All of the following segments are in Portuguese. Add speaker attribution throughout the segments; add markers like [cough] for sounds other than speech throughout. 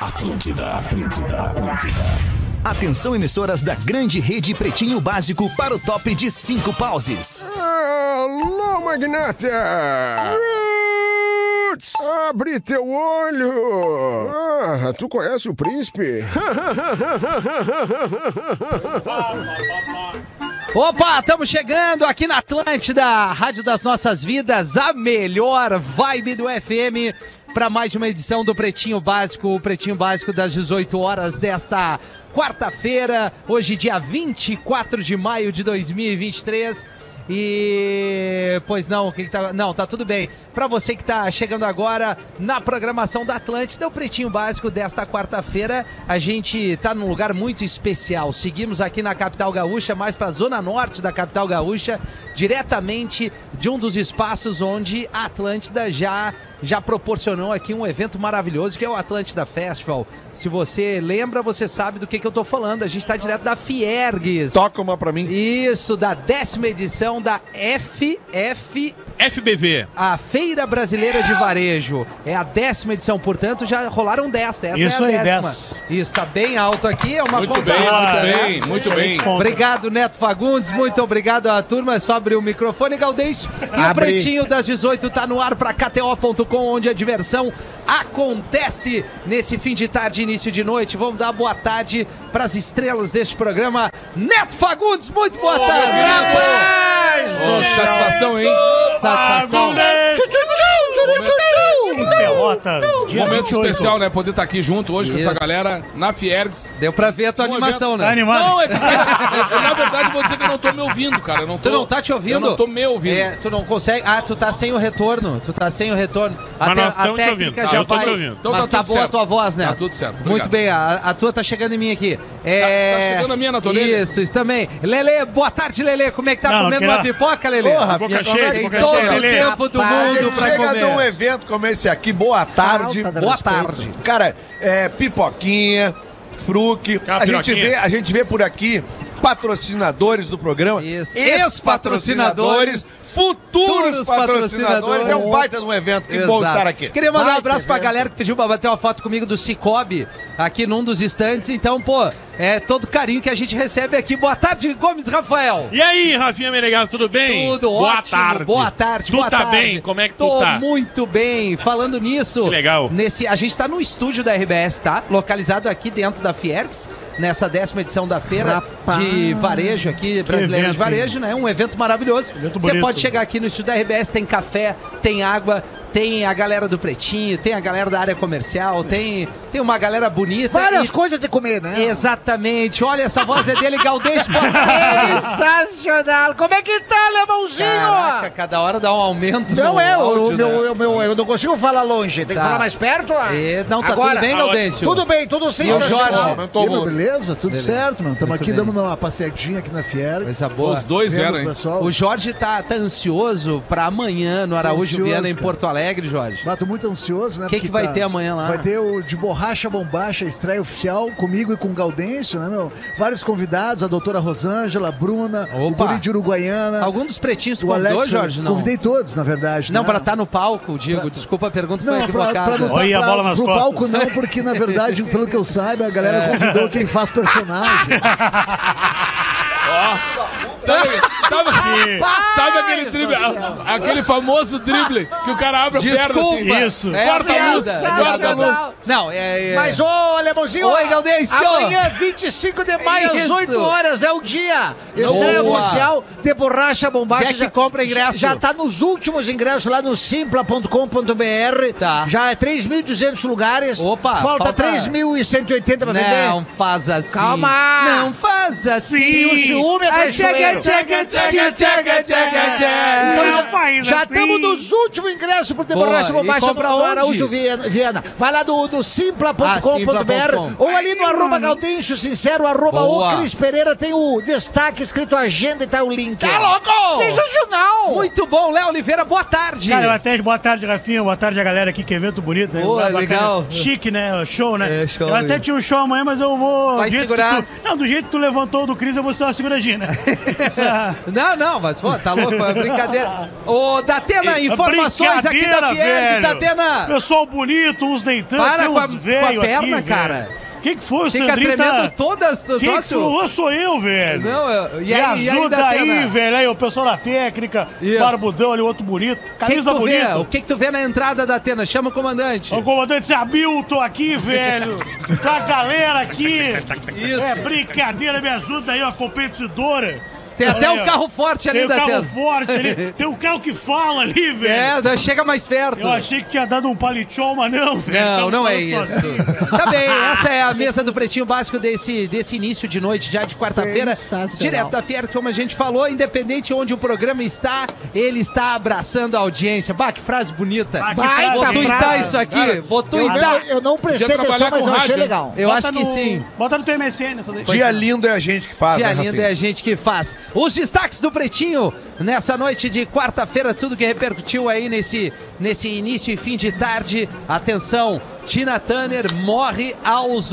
Speaker 1: Atlântida, Atlântida, Atlântida.
Speaker 2: Atenção emissoras da grande rede Pretinho Básico para o top de cinco pauses.
Speaker 3: Alô, magnata! Roots! Abre teu olho! Ah, tu conhece o
Speaker 4: [laughs]
Speaker 3: príncipe?
Speaker 5: Opa, estamos chegando aqui na Atlântida, a Rádio das Nossas Vidas, a melhor vibe do FM. Para mais de uma edição do Pretinho Básico, o Pretinho Básico das 18 horas desta quarta-feira, hoje, dia 24 de maio de 2023. E pois não, quem tá, não, tá tudo bem. Pra você que tá chegando agora na programação da Atlântida, o Pretinho Básico desta quarta-feira, a gente tá num lugar muito especial. Seguimos aqui na capital gaúcha, mais pra zona norte da capital gaúcha, diretamente de um dos espaços onde a Atlântida já já proporcionou aqui um evento maravilhoso que é o Atlântida Festival. Se você lembra, você sabe do que, que eu tô falando. A gente tá direto da Fiergues.
Speaker 3: Toca uma pra mim.
Speaker 5: Isso, da décima edição da FF,
Speaker 6: FBV.
Speaker 5: a Feira Brasileira de Varejo. É a décima edição, portanto, já rolaram dez. Essa
Speaker 7: Isso
Speaker 5: é
Speaker 7: aí,
Speaker 5: a décima.
Speaker 7: dez.
Speaker 5: Isso, tá bem alto aqui, é uma
Speaker 6: Muito
Speaker 5: conta
Speaker 6: bem,
Speaker 5: alta,
Speaker 7: Ah,
Speaker 6: muito
Speaker 5: né?
Speaker 6: bem, muito bem.
Speaker 5: Obrigado, Neto Fagundes. Muito obrigado à turma. Sobre o microfone, Gaudêncio. E o
Speaker 7: Abre.
Speaker 5: Pretinho das 18 tá no ar para KTO.com, onde a diversão acontece nesse fim de tarde, início de noite. Vamos dar boa tarde para as estrelas deste programa. Neto Fagundes, muito boa tarde.
Speaker 6: Ô, satisfação, hein?
Speaker 5: Satisfação.
Speaker 7: Pelotas. dia
Speaker 6: Momento
Speaker 7: 28.
Speaker 6: especial, né? Poder estar aqui junto hoje
Speaker 5: Isso.
Speaker 6: com essa galera na Fiergs.
Speaker 5: Deu pra ver a tua
Speaker 6: Um
Speaker 5: animação,
Speaker 7: Tá
Speaker 5: né?
Speaker 7: animado?
Speaker 6: Não, é que, eu, na verdade, vou dizer que eu não tô me ouvindo, cara. Eu não tô,
Speaker 5: Tu não tá te ouvindo?
Speaker 6: Eu não tô me ouvindo.
Speaker 5: É, tu não consegue. Ah, tu tá sem o retorno. Tu tá sem o retorno.
Speaker 7: Mas nós
Speaker 5: a
Speaker 7: estamos te
Speaker 5: técnica
Speaker 7: ouvindo. tá?
Speaker 5: já
Speaker 7: Eu tô
Speaker 5: vai.
Speaker 7: te ouvindo.
Speaker 6: Então
Speaker 5: Mas
Speaker 6: tá
Speaker 5: tá,
Speaker 6: tudo
Speaker 5: boa
Speaker 6: certo.
Speaker 5: a tua voz, né?
Speaker 6: Tá tudo certo, obrigado.
Speaker 5: Muito bem, a, a tua tá chegando em mim aqui. É...
Speaker 6: Tá- tá chegando a minha na tua orelha.
Speaker 5: Isso, isso também. Lele, boa tarde, Lele. Como é que tá
Speaker 7: Não, não
Speaker 5: comendo
Speaker 7: queira-
Speaker 5: uma pipoca, Lele?
Speaker 4: Porra,
Speaker 7: Boca
Speaker 4: Fica
Speaker 7: cheia,
Speaker 5: Tem
Speaker 7: boca
Speaker 5: todo
Speaker 7: cheia,
Speaker 5: o
Speaker 7: Lele.
Speaker 5: tempo do
Speaker 4: Ele
Speaker 5: mundo pra
Speaker 4: chega num
Speaker 5: comer.
Speaker 4: evento como esse aqui, boa tarde.
Speaker 5: de Boa respeito. tarde.
Speaker 4: Cara, é, pipoquinha, fruque.
Speaker 7: Aquela
Speaker 4: A gente,
Speaker 7: piroquinha.
Speaker 4: vê, a gente vê por aqui patrocinadores do programa.
Speaker 5: Isso. Ex-patrocinadores,
Speaker 4: Ex-patrocinadores.
Speaker 5: futuros
Speaker 4: Futuros
Speaker 5: patrocinadores.
Speaker 4: patrocinadores. É um baita de um evento. Que bom
Speaker 5: Exato.
Speaker 4: estar aqui.
Speaker 5: Queria mandar um
Speaker 4: Baita
Speaker 5: abraço pra
Speaker 4: evento.
Speaker 5: galera que pediu pra bater uma foto comigo do Cicobi aqui num dos estantes. Então, pô, é todo carinho que a gente recebe aqui. Boa tarde, Gomes Rafael.
Speaker 7: E aí, Rafinha Menegas, tudo bem?
Speaker 5: Tudo
Speaker 7: boa
Speaker 5: ótimo.
Speaker 7: tarde.
Speaker 5: Boa tarde,
Speaker 7: Tu
Speaker 5: boa
Speaker 7: tá
Speaker 5: tarde.
Speaker 7: bem? Como é que tu
Speaker 5: Tô
Speaker 7: tá?
Speaker 5: muito bem. Falando nisso.
Speaker 7: Que legal.
Speaker 5: Nesse, a gente tá no estúdio da RBS, tá? Localizado aqui dentro da Fiergs, nessa décima edição da feira de varejo aqui, brasileira de
Speaker 7: evento, hein?
Speaker 5: varejo, né? Um evento maravilhoso.
Speaker 7: Evento
Speaker 5: Você
Speaker 7: bonito. né?
Speaker 5: pode chegar aqui no estúdio da RBS, tem café, tem água. Tem a galera do Pretinho, tem a galera da área
Speaker 7: É.
Speaker 5: comercial, tem, tem uma galera bonita.
Speaker 8: Várias
Speaker 5: e-
Speaker 8: coisas de comer, né?
Speaker 5: Exatamente. Olha, essa voz é dele, [laughs] Galdês Português.
Speaker 8: Sensacional! Como é que tá,
Speaker 5: Caraca,
Speaker 8: Lemãozinho?
Speaker 5: cada hora dá um aumento
Speaker 8: Não
Speaker 5: no
Speaker 8: é, o
Speaker 5: áudio,
Speaker 8: meu,
Speaker 5: né?
Speaker 8: eu, meu, eu não consigo falar longe, tem
Speaker 5: Tá.
Speaker 8: que falar mais perto. ah.
Speaker 5: É, não, tá
Speaker 8: Agora,
Speaker 5: tudo bem,
Speaker 7: tá ótimo.
Speaker 5: Gaudêncio?
Speaker 8: Tudo bem, tudo
Speaker 5: Jorge?
Speaker 8: sensacional.
Speaker 4: Aumentou o
Speaker 9: E aí, meu,
Speaker 4: volume.
Speaker 9: beleza? Tudo
Speaker 5: Beleza.
Speaker 9: certo, mano. Estamos
Speaker 5: Muito
Speaker 9: aqui
Speaker 5: bem.
Speaker 9: dando uma passeadinha aqui na Fier.
Speaker 5: Coisa boa.
Speaker 6: Os dois vieram, hein?
Speaker 9: pessoal.
Speaker 5: O Jorge tá, tá ansioso pra amanhã no Araújo
Speaker 9: Ansioso,
Speaker 5: Viana em
Speaker 9: cara.
Speaker 5: Porto Alegre, Jorge.
Speaker 9: Bato muito ansioso, né?
Speaker 5: Que
Speaker 9: porque
Speaker 5: que vai
Speaker 9: tá-
Speaker 5: ter amanhã lá?
Speaker 9: Vai ter o de borracha bombacha, estreia oficial comigo e com o Gaudêncio, né, meu? Vários convidados, a doutora Rosângela, a Bruna, o
Speaker 5: Opa.
Speaker 9: Guri de Uruguaiana,
Speaker 5: Algum dos pretinhos tu
Speaker 9: o Alex.
Speaker 5: convidou, Jorge? Não.
Speaker 9: Convidei todos, na verdade.
Speaker 5: Não,
Speaker 9: né?
Speaker 5: pra tá estar no palco, Diego.
Speaker 9: Pra-
Speaker 5: Desculpa, a pergunta foi
Speaker 9: Não, pra, pra
Speaker 5: equivocada.
Speaker 9: não tá
Speaker 7: Olha
Speaker 9: pra-
Speaker 7: a bola nas
Speaker 9: pro
Speaker 7: costas.
Speaker 9: palco não, porque na
Speaker 5: [laughs]
Speaker 9: verdade, pelo que eu saiba, a
Speaker 5: É.
Speaker 9: galera convidou quem faz personagem.
Speaker 6: Sabe,
Speaker 5: [laughs]
Speaker 6: sabe, sabe aquele drible, a- aquele famoso drible que o cara abre a
Speaker 5: Desculpa.
Speaker 6: perna assim.
Speaker 7: Isso.
Speaker 5: É,
Speaker 6: Corta a luz,
Speaker 5: piada,
Speaker 6: corta a
Speaker 5: piada.
Speaker 6: luz.
Speaker 5: Não, é... é-
Speaker 8: Mas, ô, Lemãozinho,
Speaker 5: Oi,
Speaker 8: ó,
Speaker 5: Gaudêncio.
Speaker 8: amanhã, 25 de maio, às
Speaker 5: Isso.
Speaker 8: 8 horas, é o dia. Estreia
Speaker 5: Boa.
Speaker 8: oficial de borracha bombacha.
Speaker 5: Quer que compra ingresso?
Speaker 8: Já tá nos últimos ingressos lá no simpla.com.br.
Speaker 5: Tá.
Speaker 8: Já é 3.200 lugares.
Speaker 5: Opa,
Speaker 8: falta,
Speaker 5: falta-
Speaker 8: 3.180 pra vender.
Speaker 5: Não faz assim.
Speaker 8: Calma.
Speaker 5: Não faz assim.
Speaker 8: E o ciúme é
Speaker 5: Ah, tchaga,
Speaker 8: traiçoeiro.
Speaker 5: tchaga, tchaga, tchaga, tchaga,
Speaker 8: Então,
Speaker 5: tchaga.
Speaker 7: Não faz
Speaker 8: já
Speaker 7: assim.
Speaker 8: estamos nos últimos ingressos pro
Speaker 5: Boa,
Speaker 8: Deborracha
Speaker 5: e
Speaker 8: Bombacha
Speaker 5: compra
Speaker 8: do
Speaker 5: onde?
Speaker 8: Araújo Viena. Viena. Vai lá no, no
Speaker 5: Ah, simpla.com.
Speaker 8: simpla.com.br ou ali no arroba Gaudêncio Sincero, arroba
Speaker 5: Boa.
Speaker 8: o Cris Pereira, tem o destaque escrito agenda e tá o link.
Speaker 5: Tá louco?
Speaker 8: Sensacional!
Speaker 5: Muito bom, Léo Oliveira, boa tarde.
Speaker 7: Cara, boa tarde, boa tarde, Rafinha. Boa tarde a galera aqui, que evento bonito, né?
Speaker 5: Boa,
Speaker 7: Lugar bacana.
Speaker 5: legal.
Speaker 7: Chique, né? Show, né?
Speaker 5: É, show,
Speaker 7: eu até
Speaker 5: mesmo.
Speaker 7: tinha um show amanhã, mas eu vou.
Speaker 5: Vai
Speaker 7: do jeito que
Speaker 5: segurar. [laughs]
Speaker 7: tu- Não, do jeito que tu levantou do Cris, eu vou ser uma seguradinha, né?
Speaker 5: Não, não, mas pô, tá louco, é brincadeira. Ô, Datena, informações aqui da
Speaker 7: É Brincadeira,
Speaker 5: Fiergs,
Speaker 7: velho.
Speaker 5: Datena.
Speaker 7: Pessoal bonito, uns deitando,
Speaker 5: Para com a-
Speaker 7: uns
Speaker 5: com a
Speaker 7: velhos aqui,
Speaker 5: perna,
Speaker 7: velho.
Speaker 5: cara.
Speaker 7: Que que foi,
Speaker 5: Fica
Speaker 7: Sandrita?
Speaker 5: tremendo todas do
Speaker 7: Quem que
Speaker 5: nosso...
Speaker 7: sou, sou eu, velho.
Speaker 5: Não, eu- e
Speaker 7: Me
Speaker 5: aí, e aí,
Speaker 7: ajuda aí,
Speaker 5: Datena?
Speaker 7: velho. Aí, o pessoal da técnica,
Speaker 5: Isso.
Speaker 7: barbudão ali, outro bonito.
Speaker 5: O que, que
Speaker 7: Camisa
Speaker 5: tu vê?
Speaker 7: bonita.
Speaker 5: O que, que tu vê na entrada da Atena? Chama o comandante.
Speaker 7: O comandante Zabil, tô aqui, velho. Tá a galera aqui.
Speaker 5: Isso.
Speaker 7: É brincadeira, me ajuda aí, ó, competidora.
Speaker 5: Tem até
Speaker 7: Olha aí,
Speaker 5: um carro forte ali
Speaker 7: Tem um
Speaker 5: da
Speaker 7: carro
Speaker 5: Atena.
Speaker 7: forte ali. Tem um carro que fala ali, velho.
Speaker 5: [laughs] É, da- chega mais perto.
Speaker 7: Eu achei que tinha dado um palichol, mas não, velho.
Speaker 5: Não,
Speaker 7: Tava
Speaker 5: não é
Speaker 7: falando
Speaker 5: isso.
Speaker 7: sozinho.
Speaker 5: Tá bem, essa é a mesa do Pretinho Básico desse, desse início de noite, já de quarta-feira.
Speaker 9: Sensacional.
Speaker 5: Direto da Fier, como a gente falou, independente onde o programa está, ele está abraçando a audiência. Bah, que frase bonita.
Speaker 7: Ah, que
Speaker 8: Baita
Speaker 5: vou
Speaker 7: frase bonita.
Speaker 5: tuitar
Speaker 8: frase.
Speaker 5: isso aqui, vou
Speaker 8: Eu não,
Speaker 5: tuitar.
Speaker 8: eu não prestei
Speaker 6: Podia
Speaker 8: atenção,
Speaker 6: trabalhar
Speaker 8: mas
Speaker 6: com
Speaker 8: eu achei
Speaker 6: rádio, hein?
Speaker 8: legal.
Speaker 5: Eu
Speaker 7: Bota
Speaker 5: acho que
Speaker 7: no-
Speaker 5: sim.
Speaker 7: Bota no teu MSN essa daí.
Speaker 4: Dia lindo é a gente que faz,
Speaker 5: Dia
Speaker 4: né,
Speaker 5: linda é
Speaker 4: Rafinha?
Speaker 5: a gente que faz. Os destaques do Pretinho nessa noite de quarta-feira, tudo que repercutiu aí nesse, nesse início e fim de tarde. Atenção, Tina Turner morre aos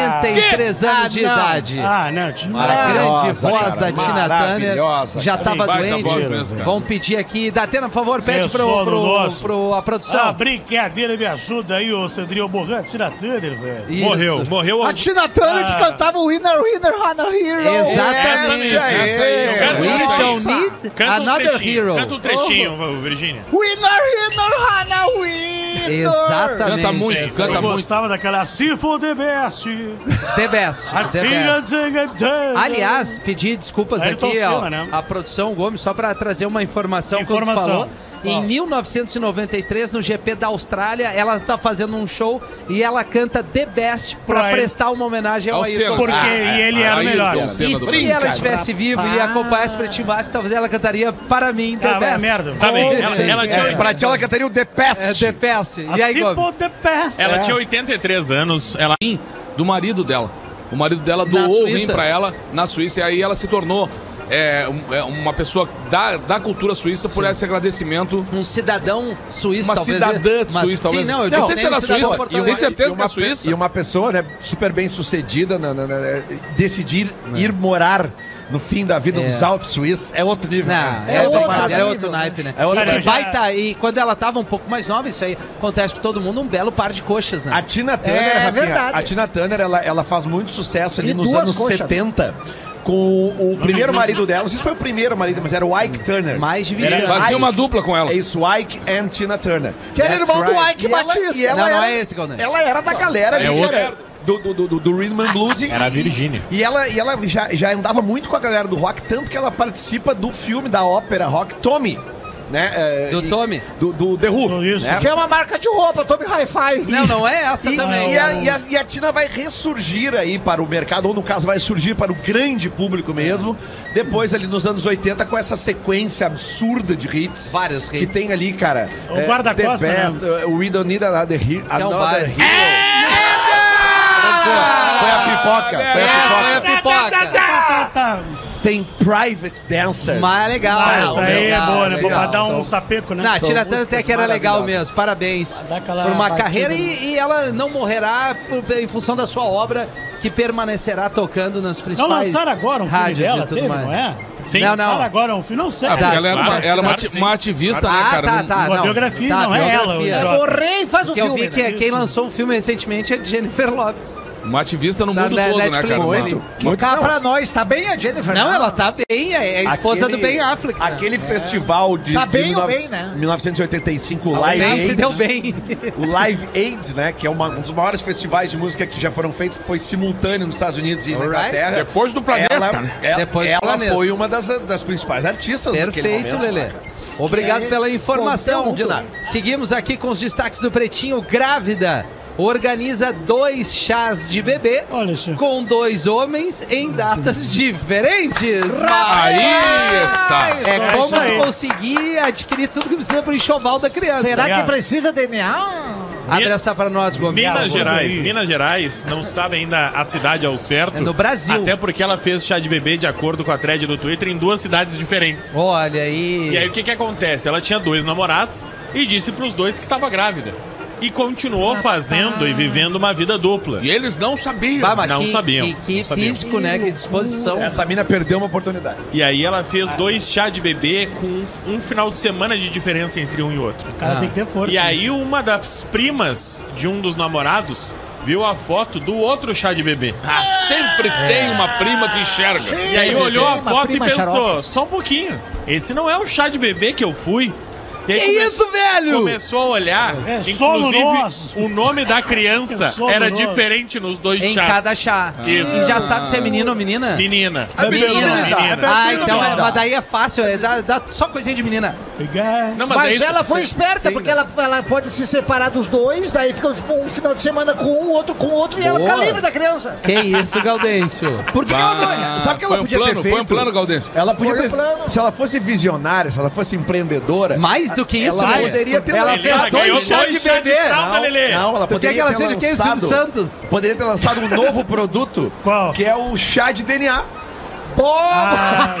Speaker 5: 83 anos de
Speaker 8: Ah, não.
Speaker 5: idade.
Speaker 7: Ah, não. tio.
Speaker 5: A grande
Speaker 4: Maravilhosa,
Speaker 5: voz
Speaker 4: cara,
Speaker 5: da Tina Turner
Speaker 4: maravilhosa,
Speaker 5: já
Speaker 4: cara.
Speaker 5: estava
Speaker 6: Tem baita voz
Speaker 5: doente.
Speaker 6: mesmo, cara.
Speaker 5: Vamos pedir aqui. Datena, por favor, pede
Speaker 7: Eu
Speaker 5: pro,
Speaker 7: sou do
Speaker 5: pro,
Speaker 7: nosso.
Speaker 5: pro- a
Speaker 7: Ah,
Speaker 5: produção.
Speaker 7: brincadeira, me ajuda aí, ô Sandrinho Borran, tira Thunder, velho.
Speaker 5: Isso.
Speaker 6: Morreu, morreu.
Speaker 8: A Tina Turner
Speaker 5: Ah.
Speaker 8: que cantava Winner, Winner, Runner, Hero.
Speaker 5: Exatamente.
Speaker 4: Essa aí,
Speaker 6: Essa aí, eu quero
Speaker 5: We
Speaker 6: essa aí.
Speaker 5: don't need another hero.
Speaker 7: trechinho, Virgínia.
Speaker 8: Winner, Winner, Runner, Winner.
Speaker 5: Exatamente.
Speaker 6: Canta muito,
Speaker 7: É Eu
Speaker 6: canta muito.
Speaker 7: gostava daquela Sifo de Best. assim,
Speaker 5: The best.
Speaker 7: A
Speaker 5: The best.
Speaker 7: Tinga Tinga Tinga.
Speaker 5: Aliás, pedi desculpas
Speaker 7: Ayrton
Speaker 5: aqui
Speaker 7: Senna,
Speaker 5: ó,
Speaker 7: né?
Speaker 5: à produção Gomes, só para trazer uma informação, que
Speaker 7: Informação.
Speaker 5: tu falou. Em
Speaker 7: Ó.
Speaker 5: 1993, no GP da Austrália, ela tá fazendo um show e ela canta The Best para
Speaker 7: Pra ele.
Speaker 5: prestar uma homenagem ao
Speaker 6: Ao
Speaker 5: Ayrton
Speaker 6: Senna.
Speaker 7: Porque
Speaker 5: Senna.
Speaker 7: ele era o
Speaker 6: Ayrton
Speaker 7: melhor.
Speaker 6: Senna
Speaker 5: E
Speaker 6: do
Speaker 5: se
Speaker 6: Brasil.
Speaker 5: ela estivesse viva e acompanhasse pra Timbaço, talvez ela cantaria para mim The
Speaker 7: Ah, vai a
Speaker 5: Best.
Speaker 7: merda.
Speaker 10: Tá bem, ela,
Speaker 5: Sim,
Speaker 10: ela
Speaker 4: É,
Speaker 10: tinha,
Speaker 4: pra ti ela cantaria o The Pest.
Speaker 5: É The Best.
Speaker 7: A
Speaker 5: E aí,
Speaker 7: Sifo
Speaker 5: Gomes?
Speaker 7: de Best. É.
Speaker 10: ela tinha 83 anos, ela
Speaker 6: rim do marido dela. O marido dela
Speaker 5: Na
Speaker 6: doou o rim
Speaker 5: Suíça?
Speaker 6: pra ela na Suíça e aí ela se tornou é, um- é, uma pessoa da, da cultura suíça por esse agradecimento.
Speaker 5: Um cidadão suíço,
Speaker 6: Uma
Speaker 5: talvez. né?
Speaker 6: cidadã
Speaker 5: mas-
Speaker 6: suíça, talvez.
Speaker 5: Sim, não, eu
Speaker 6: Não,
Speaker 5: disse
Speaker 6: sei se
Speaker 5: nem um
Speaker 6: era
Speaker 5: cidadão
Speaker 6: suíça.
Speaker 5: português.
Speaker 6: Eu tenho certeza que
Speaker 4: e
Speaker 6: é
Speaker 4: uma pe-
Speaker 6: suíça.
Speaker 4: E uma pessoa, né, super bem sucedida, na- na- na- decidir ir morar no fim da vida
Speaker 5: É.
Speaker 4: nos Alpes Suíços é outro nível.
Speaker 5: Não,
Speaker 4: né?
Speaker 5: é, outra
Speaker 4: outra
Speaker 5: parada,
Speaker 4: parada.
Speaker 5: é outro naipe, né?
Speaker 4: É outra
Speaker 5: e que
Speaker 7: parada.
Speaker 5: baita, e quando ela tava um pouco mais nova, isso aí acontece com todo mundo, um belo par de coxas, né?
Speaker 4: A Tina Turner,
Speaker 8: É
Speaker 4: Rafinha,
Speaker 8: verdade.
Speaker 4: a Tina Turner, ela, ela faz muito sucesso ali
Speaker 8: E
Speaker 4: nos
Speaker 8: duas
Speaker 4: anos
Speaker 8: coxas, né?
Speaker 4: 70 com o primeiro marido dela. Não sei se foi o primeiro marido, mas era o Ike
Speaker 7: Ah,
Speaker 4: Turner.
Speaker 5: Mais de 20
Speaker 4: Era-
Speaker 5: anos.
Speaker 4: Ai,
Speaker 6: Fazia uma dupla com ela.
Speaker 4: É isso, Ike and Tina Turner.
Speaker 8: Que era
Speaker 5: That's
Speaker 8: irmão do
Speaker 5: right.
Speaker 8: Ike
Speaker 4: E ela-
Speaker 8: Batista.
Speaker 4: e ela
Speaker 5: não, não
Speaker 4: era-
Speaker 5: é esse, É Galdeiro.
Speaker 4: Ela era da galera ali, era do, do, do, do Rhythm and Blues. e-
Speaker 10: era a Virgínia.
Speaker 4: E ela, e ela já, já andava muito com a galera do rock, tanto que ela participa do filme da ópera rock Tommy. Né? É,
Speaker 5: Do
Speaker 4: e-
Speaker 5: Tommy?
Speaker 4: Do, do The Who.
Speaker 7: Isso.
Speaker 4: né?
Speaker 8: Que é uma marca de roupa, Tommy Hi-Fi.
Speaker 5: Não, não é essa
Speaker 4: E,
Speaker 5: também.
Speaker 4: e a, e a- e a Tina vai ressurgir aí para o mercado, ou no caso, vai surgir para o grande público mesmo, depois ali nos anos 80, com essa sequência absurda de hits.
Speaker 5: Vários
Speaker 4: Que
Speaker 5: hits.
Speaker 4: tem ali, cara. é,
Speaker 7: O né? guarda-costa,
Speaker 4: The Best, uh, We Don't Need Another, He
Speaker 5: Então vai.
Speaker 4: another Hero.
Speaker 5: Ah!
Speaker 4: Foi a pipoca, É! foi a
Speaker 5: É, foi a
Speaker 4: pipoca.
Speaker 5: pipoca.
Speaker 7: Tá, tá.
Speaker 4: Tem Private Dancer.
Speaker 5: Mas legal.
Speaker 7: Ah, isso aí é
Speaker 5: legal,
Speaker 7: boa, né?
Speaker 5: legal.
Speaker 7: Pra dar um
Speaker 4: São-
Speaker 7: sapeco, né?
Speaker 5: Não, a
Speaker 7: São
Speaker 5: Tina Turner até
Speaker 4: músicas
Speaker 5: que é era legal
Speaker 4: maravilhosas.
Speaker 5: mesmo, parabéns
Speaker 7: Dá aquela
Speaker 5: por uma
Speaker 7: batida.
Speaker 5: carreira e, e ela não morrerá por- em função da sua obra que permanecerá tocando nas
Speaker 7: Não
Speaker 5: principais
Speaker 7: lançaram agora um filme
Speaker 5: rádios e
Speaker 7: dela,
Speaker 5: tudo
Speaker 7: teve,
Speaker 5: mais. Ah,
Speaker 7: não é?
Speaker 10: Sim.
Speaker 5: Não, não.
Speaker 7: Lançaram agora um filme, não sei.
Speaker 6: Ah, porque ela era, uma,
Speaker 10: Claro,
Speaker 6: era uma
Speaker 10: claro,
Speaker 6: ati-
Speaker 10: sim.
Speaker 6: uma ativista, né,
Speaker 5: Ah,
Speaker 6: cara?
Speaker 5: tá,
Speaker 6: Não-
Speaker 5: tá.
Speaker 7: Uma
Speaker 5: não.
Speaker 7: biografia,
Speaker 5: Tá,
Speaker 7: não é ela, o
Speaker 5: biografia.
Speaker 8: É
Speaker 7: Jota.
Speaker 8: morrer e faz o
Speaker 5: Porque eu
Speaker 8: filme.
Speaker 5: vi que
Speaker 8: né?
Speaker 5: quem lançou um filme recentemente é Jennifer Lopes.
Speaker 6: Uma ativista no
Speaker 5: Da
Speaker 6: mundo
Speaker 5: Ne-
Speaker 6: todo,
Speaker 5: Netflix,
Speaker 6: né, cara?
Speaker 5: né?
Speaker 6: Uma-
Speaker 8: Que cá pra nós, tá bem a Jennifer?
Speaker 5: Não, ela tá bem, é a esposa do
Speaker 4: Aquele-
Speaker 5: Ben Affleck. né?
Speaker 4: Aquele festival de,
Speaker 8: Tá bem
Speaker 4: de
Speaker 8: ou
Speaker 4: 19-
Speaker 8: bem, né?
Speaker 4: 1985, o
Speaker 5: Ela
Speaker 4: Live
Speaker 5: Tá bem,
Speaker 4: Aid.
Speaker 5: se deu bem.
Speaker 4: O Live Aid, né, que é uma- um dos maiores festivais de música que já foram feitos, que foi simultâneo nos Estados Unidos e na
Speaker 5: Alright.
Speaker 4: Inglaterra.
Speaker 6: Depois do planeta,
Speaker 4: Ela,
Speaker 6: né?
Speaker 4: ela-
Speaker 5: Depois do
Speaker 4: ela
Speaker 5: planeta.
Speaker 4: foi uma das, das principais artistas daquele
Speaker 5: Perfeito,
Speaker 4: momento.
Speaker 5: Lelê. Obrigado
Speaker 4: Que
Speaker 5: pela informação.
Speaker 4: conteúdo. De nada.
Speaker 5: Seguimos aqui com os destaques do Pretinho. Grávida organiza dois chás de bebê
Speaker 7: Olha, Chico.
Speaker 5: com dois homens em datas diferentes.
Speaker 6: Aí está.
Speaker 5: É
Speaker 7: É
Speaker 5: como
Speaker 7: isso aí.
Speaker 5: tu conseguir adquirir tudo que precisa para o enxoval da criança.
Speaker 8: Será que
Speaker 7: Obrigado.
Speaker 8: precisa DNA?
Speaker 5: Abre essa para nós, Gomes.
Speaker 10: Minas
Speaker 7: Obrigado,
Speaker 10: Gerais,
Speaker 7: Rodrigo.
Speaker 10: Minas Gerais não sabe ainda a cidade ao certo.
Speaker 5: É no Brasil.
Speaker 10: Até porque ela fez chá de bebê de acordo com a thread do Twitter em duas cidades diferentes.
Speaker 5: Olha aí.
Speaker 10: E aí o que que acontece? Ela tinha dois namorados e disse pros dois que estava grávida. e continuou fazendo e vivendo uma vida dupla. E
Speaker 6: eles não sabiam.
Speaker 10: não
Speaker 5: que-
Speaker 10: sabiam.
Speaker 5: que- que
Speaker 10: não sabiam.
Speaker 5: físico, né? Que disposição.
Speaker 4: Essa mina perdeu uma oportunidade.
Speaker 10: E aí ela fez dois chá de bebê com um final de semana de diferença entre um e outro.
Speaker 7: Cara, tem que ter força. né?
Speaker 10: E aí uma das primas de um dos namorados viu a foto do outro chá de bebê.
Speaker 6: Ah, sempre tem uma prima que enxerga.
Speaker 10: E aí olhou a
Speaker 9: Uma
Speaker 10: foto e
Speaker 9: prima
Speaker 10: pensou,
Speaker 9: xarope.
Speaker 10: só um pouquinho. Esse não é o chá de bebê que eu fui. E aí
Speaker 5: Que
Speaker 10: come-
Speaker 5: isso, velho?
Speaker 10: Começou a olhar,
Speaker 7: É, só no
Speaker 10: inclusive
Speaker 7: nosso.
Speaker 10: o nome
Speaker 5: [laughs]
Speaker 10: da criança
Speaker 7: É só no
Speaker 10: era
Speaker 7: nosso.
Speaker 10: diferente nos dois
Speaker 5: Em
Speaker 10: chás.
Speaker 5: cada chá.
Speaker 10: Isso.
Speaker 5: E já sabe se é menino ou menina?
Speaker 10: é Menina.
Speaker 5: Menina.
Speaker 10: Menina.
Speaker 5: Ah, então, é, mas daí é fácil, é, dá, dá só coisinha de menina.
Speaker 7: Pegar.
Speaker 10: Não, mas, é
Speaker 8: Mas
Speaker 10: isso.
Speaker 8: ela foi esperta,
Speaker 5: Sim,
Speaker 8: porque ela, ela pode se separar dos dois, daí fica um final de semana com um, outro com outro, e ela
Speaker 5: Boa.
Speaker 8: fica livre da criança.
Speaker 5: Que isso, Gaudêncio?
Speaker 4: Por que, que ela não. Sabe o que ela
Speaker 6: foi um
Speaker 4: podia
Speaker 6: plano,
Speaker 4: ter feito?
Speaker 6: Foi um plano, Gaudense.
Speaker 4: Ela podia
Speaker 8: Foi um
Speaker 4: ter,
Speaker 8: plano.
Speaker 4: Se ela fosse visionária, se ela fosse empreendedora.
Speaker 5: Mais do que isso,
Speaker 4: Ela
Speaker 5: né?
Speaker 4: poderia ter
Speaker 5: Ela
Speaker 4: lançado-
Speaker 5: fez
Speaker 10: Ela ganhou
Speaker 5: dois chá de
Speaker 10: dois chá de
Speaker 5: bebê.
Speaker 10: fralda.
Speaker 4: Não,
Speaker 10: Lelê.
Speaker 4: não, ela
Speaker 5: Tu quer
Speaker 4: poderia
Speaker 5: que ela
Speaker 4: ter
Speaker 5: seja quem? Silvio
Speaker 4: lançado-
Speaker 5: Santos?
Speaker 4: Poderia ter lançado um novo produto.
Speaker 7: Qual?
Speaker 4: Que é o chá de DNA. Pô! [laughs]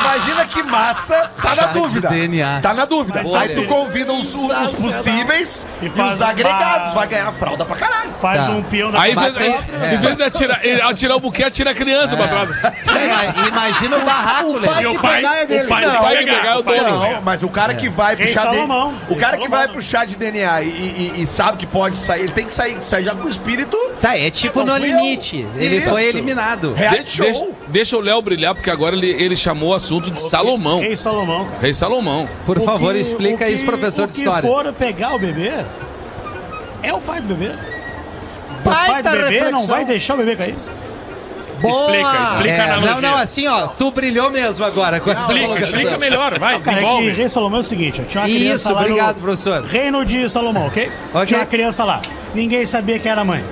Speaker 4: Imagina que massa. Tá na
Speaker 5: Chá de
Speaker 4: dúvida.
Speaker 5: DNA.
Speaker 4: Tá na dúvida.
Speaker 7: Mas
Speaker 4: Aí
Speaker 7: olha.
Speaker 4: tu convida os, os possíveis
Speaker 7: E
Speaker 4: e,
Speaker 7: faz
Speaker 4: os agregados.
Speaker 7: uma-
Speaker 4: Vai ganhar fralda pra caralho.
Speaker 7: Faz
Speaker 5: Tá.
Speaker 7: um peão da
Speaker 6: Aí, em
Speaker 7: Aí,
Speaker 6: vez-
Speaker 5: É.
Speaker 6: aí, em vez de atirar, ele- atirar o buquê, atira a criança pra trás.
Speaker 5: Ima- Imagina o barraco, Lelê.
Speaker 10: E o
Speaker 8: que
Speaker 10: pai,
Speaker 8: pegar é dele.
Speaker 10: o pai
Speaker 8: Não,
Speaker 10: tem
Speaker 6: o pai
Speaker 10: que
Speaker 6: tem que pegar,
Speaker 10: pegar, o
Speaker 6: eu
Speaker 10: pai
Speaker 6: dou.
Speaker 10: tem que
Speaker 6: Não,
Speaker 10: pegar.
Speaker 4: Não, mas o cara que vai pro
Speaker 7: Quem
Speaker 4: chá de...
Speaker 7: Salomão.
Speaker 4: O
Speaker 7: Quem
Speaker 4: cara que
Speaker 7: Salomão.
Speaker 4: vai pro chá de DNA e, e- e sabe que pode sair, ele tem que sair, sair já com o espírito.
Speaker 5: Tá, é tipo
Speaker 4: Ah, não
Speaker 5: no
Speaker 4: fui eu.
Speaker 5: limite. Ele
Speaker 4: Isso.
Speaker 5: foi eliminado.
Speaker 4: Reality
Speaker 6: De-
Speaker 4: show.
Speaker 6: deixa, deixa o Léo brilhar, porque agora ele, ele chamou o assunto de Salomão.
Speaker 7: Ei, Salomão. cara.
Speaker 6: Rei Salomão.
Speaker 5: Por
Speaker 7: O
Speaker 5: favor,
Speaker 7: que-
Speaker 5: explica
Speaker 7: o que-
Speaker 5: isso, professor
Speaker 7: o
Speaker 5: de história.
Speaker 7: que for pegar o bebê, é o pai do bebê. O pai
Speaker 8: Baita
Speaker 7: do bebê não
Speaker 8: reflexão.
Speaker 7: vai deixar o bebê cair.
Speaker 8: Boa!
Speaker 10: Explica, explica a
Speaker 5: É,
Speaker 10: analogia.
Speaker 5: não, não, assim, ó, tu brilhou mesmo agora com essa
Speaker 10: Explica,
Speaker 5: colocação.
Speaker 10: explica [laughs] melhor, vai,
Speaker 7: Cara, é que
Speaker 10: desenvolve.
Speaker 7: Rei Salomão é o seguinte, ó, tinha uma criança
Speaker 5: Isso,
Speaker 7: lá no-
Speaker 5: obrigado, professor.
Speaker 7: Reino de Salomão, ok?
Speaker 5: Ok.
Speaker 7: Tinha uma criança lá. Ninguém sabia quem era a mãe.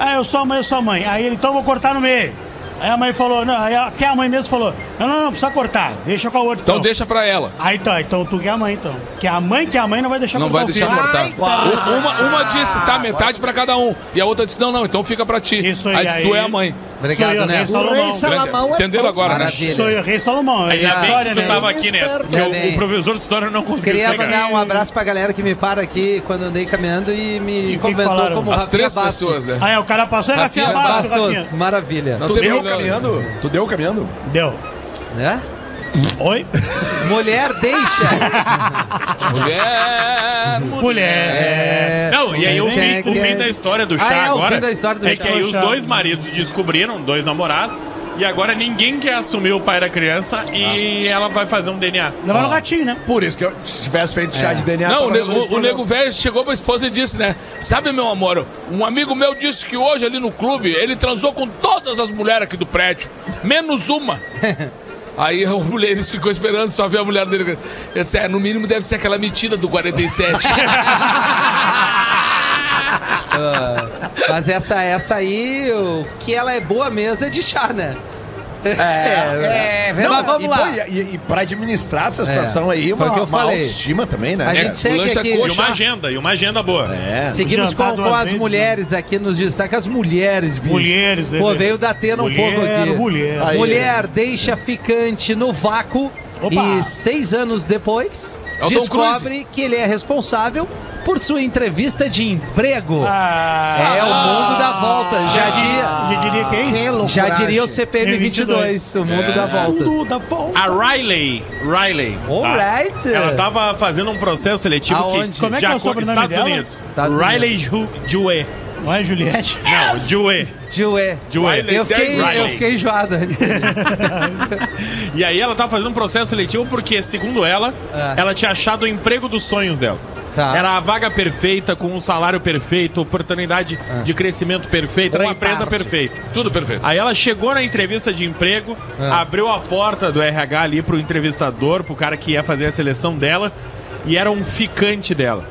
Speaker 7: Ah, eu sou a mãe, eu sou a mãe. Aí ele, então eu vou cortar no meio. Aí a mãe falou, não, aí a- que a mãe mesmo falou, não, não, não, precisa cortar, deixa com a outra.
Speaker 6: Então deixa pra ela.
Speaker 7: Aí tá, então tu que é a mãe, então. Que a mãe que é a mãe não vai deixar
Speaker 6: Não vai
Speaker 7: cortar o
Speaker 6: deixar
Speaker 7: filho.
Speaker 6: cortar. Um- Uma, uma disse, tá, metade pra cada um. E a outra disse, não, não, então fica pra ti.
Speaker 7: Isso aí,
Speaker 6: Aí disse, tu
Speaker 7: aí.
Speaker 6: é a mãe.
Speaker 7: Sou
Speaker 5: Obrigado,
Speaker 7: eu,
Speaker 5: né?
Speaker 7: Rei
Speaker 8: O rei
Speaker 7: Salomão.
Speaker 8: Salomão é...
Speaker 6: Entenderam agora, né?
Speaker 5: Maravilha.
Speaker 7: Sou eu, Rei Salomão. É
Speaker 10: Ainda bem
Speaker 7: história,
Speaker 10: que tu
Speaker 7: né?
Speaker 10: tava aqui, né?
Speaker 8: Esperto.
Speaker 10: Porque
Speaker 5: Também.
Speaker 10: o, o professor de história não conseguiu
Speaker 5: é Queria
Speaker 10: explicar.
Speaker 5: mandar um abraço pra galera que me para aqui quando andei caminhando e me
Speaker 7: E o que que
Speaker 5: comentou
Speaker 7: falaram?
Speaker 5: como
Speaker 6: As
Speaker 5: Rafinha
Speaker 6: três
Speaker 5: Bastos.
Speaker 6: pessoas, né?
Speaker 7: Aí o cara passou, é Rafinha
Speaker 5: Rafinha
Speaker 7: Bastos,
Speaker 5: Bastos,
Speaker 7: Rafinha.
Speaker 5: maravilha.
Speaker 6: Não
Speaker 4: Tu
Speaker 6: tem
Speaker 4: deu
Speaker 6: problema.
Speaker 4: caminhando? Tu deu caminhando?
Speaker 7: Deu.
Speaker 5: Né?
Speaker 7: Oi?
Speaker 5: Mulher
Speaker 10: [laughs]
Speaker 5: deixa.
Speaker 6: Mulher,
Speaker 7: Mulher.
Speaker 5: É,
Speaker 10: Não, e aí o fim,
Speaker 5: mulher
Speaker 10: o fim
Speaker 5: quer-
Speaker 10: da história do chá
Speaker 5: Ah, é, o
Speaker 10: agora
Speaker 5: fim da história do
Speaker 10: é
Speaker 5: chá.
Speaker 10: que aí os
Speaker 7: Chá.
Speaker 10: dois maridos descobriram, dois namorados, e agora ninguém quer assumir o pai da criança
Speaker 5: Ah.
Speaker 10: e ela vai fazer um DNA.
Speaker 7: Levaram o gatinho, né?
Speaker 4: Por isso que eu, se tivesse feito chá de DNA.
Speaker 6: É. Não, o,
Speaker 4: tava um
Speaker 6: nego-
Speaker 4: resolvido esse
Speaker 6: o- o
Speaker 4: problema.
Speaker 6: nego velho chegou pra esposa e disse, né? Sabe, meu amor, um amigo meu disse que hoje ali no clube ele transou com todas as mulheres aqui do prédio, menos
Speaker 5: [laughs]
Speaker 6: uma. Aí a mulher, eles ficou esperando só ver a mulher dele. Ele disse, é, no mínimo deve ser aquela mentira do 47.
Speaker 5: Mas essa, essa aí, o que ela é boa mesmo é de chá, né? [laughs]
Speaker 4: É, é
Speaker 5: Mas
Speaker 4: verdade.
Speaker 5: vamos
Speaker 4: E,
Speaker 5: lá.
Speaker 4: pô, E, e, e pra administrar essa situação aí,
Speaker 5: foi
Speaker 4: uma,
Speaker 5: o que eu
Speaker 4: uma
Speaker 5: falei.
Speaker 4: autoestima também,
Speaker 5: [laughs]
Speaker 4: né?
Speaker 5: A
Speaker 4: É.
Speaker 5: gente segue
Speaker 6: o lanche é
Speaker 5: aqui.
Speaker 10: E
Speaker 6: coxa.
Speaker 10: uma agenda, e uma agenda boa.
Speaker 4: É.
Speaker 5: Seguimos
Speaker 7: Jantar
Speaker 5: com, com
Speaker 7: duas
Speaker 5: as
Speaker 7: vezes, né?
Speaker 5: mulheres aqui nos destaques. As mulheres, bicho.
Speaker 7: Mulheres, né,
Speaker 5: Pô,
Speaker 7: velho?
Speaker 5: veio da Atena um
Speaker 7: Mulher,
Speaker 5: pouco aqui.
Speaker 7: mulher.
Speaker 5: Aí. Mulher deixa ficante no vácuo
Speaker 7: Opa.
Speaker 5: e seis anos depois
Speaker 6: É o Tom
Speaker 5: descobre que ele é responsável por sua entrevista de emprego.
Speaker 7: Ah,
Speaker 5: é o mundo da volta. Já, é
Speaker 7: já, já diria quem?
Speaker 8: Que
Speaker 5: di- já diria
Speaker 7: ah,
Speaker 5: o CPM 22,
Speaker 7: E22,
Speaker 5: o mundo da volta.
Speaker 7: Mundo da volta.
Speaker 10: A Riley. Riley. tá?
Speaker 5: Alright.
Speaker 10: Ela
Speaker 7: tá
Speaker 10: tava fazendo um processo seletivo
Speaker 5: Aonde?
Speaker 10: que.
Speaker 7: Como é que é o
Speaker 10: de acordo-
Speaker 7: sobrenome
Speaker 10: Estados
Speaker 7: dela?
Speaker 10: Unidos.
Speaker 5: Estados
Speaker 10: Riley Ju, Jue.
Speaker 7: Não é Juliette?
Speaker 10: Não, Jue.
Speaker 5: Joé.
Speaker 10: Joé.
Speaker 5: Eu fiquei, eu
Speaker 10: Riley.
Speaker 5: fiquei
Speaker 7: [laughs]
Speaker 5: enjoado antes.
Speaker 10: E aí ela tá fazendo um processo seletivo porque, segundo ela,
Speaker 5: Ah.
Speaker 10: ela tinha achado o emprego dos sonhos dela.
Speaker 5: Tá.
Speaker 10: Era a vaga perfeita, com um salário perfeito, oportunidade de crescimento perfeita, era a
Speaker 5: Boa
Speaker 10: empresa
Speaker 5: tarde.
Speaker 10: perfeita.
Speaker 6: Tudo perfeito.
Speaker 10: Aí ela chegou na entrevista de emprego,
Speaker 5: Ah.
Speaker 10: abriu a porta do RH ali pro entrevistador, pro cara que ia fazer a seleção dela, e era um ficante dela.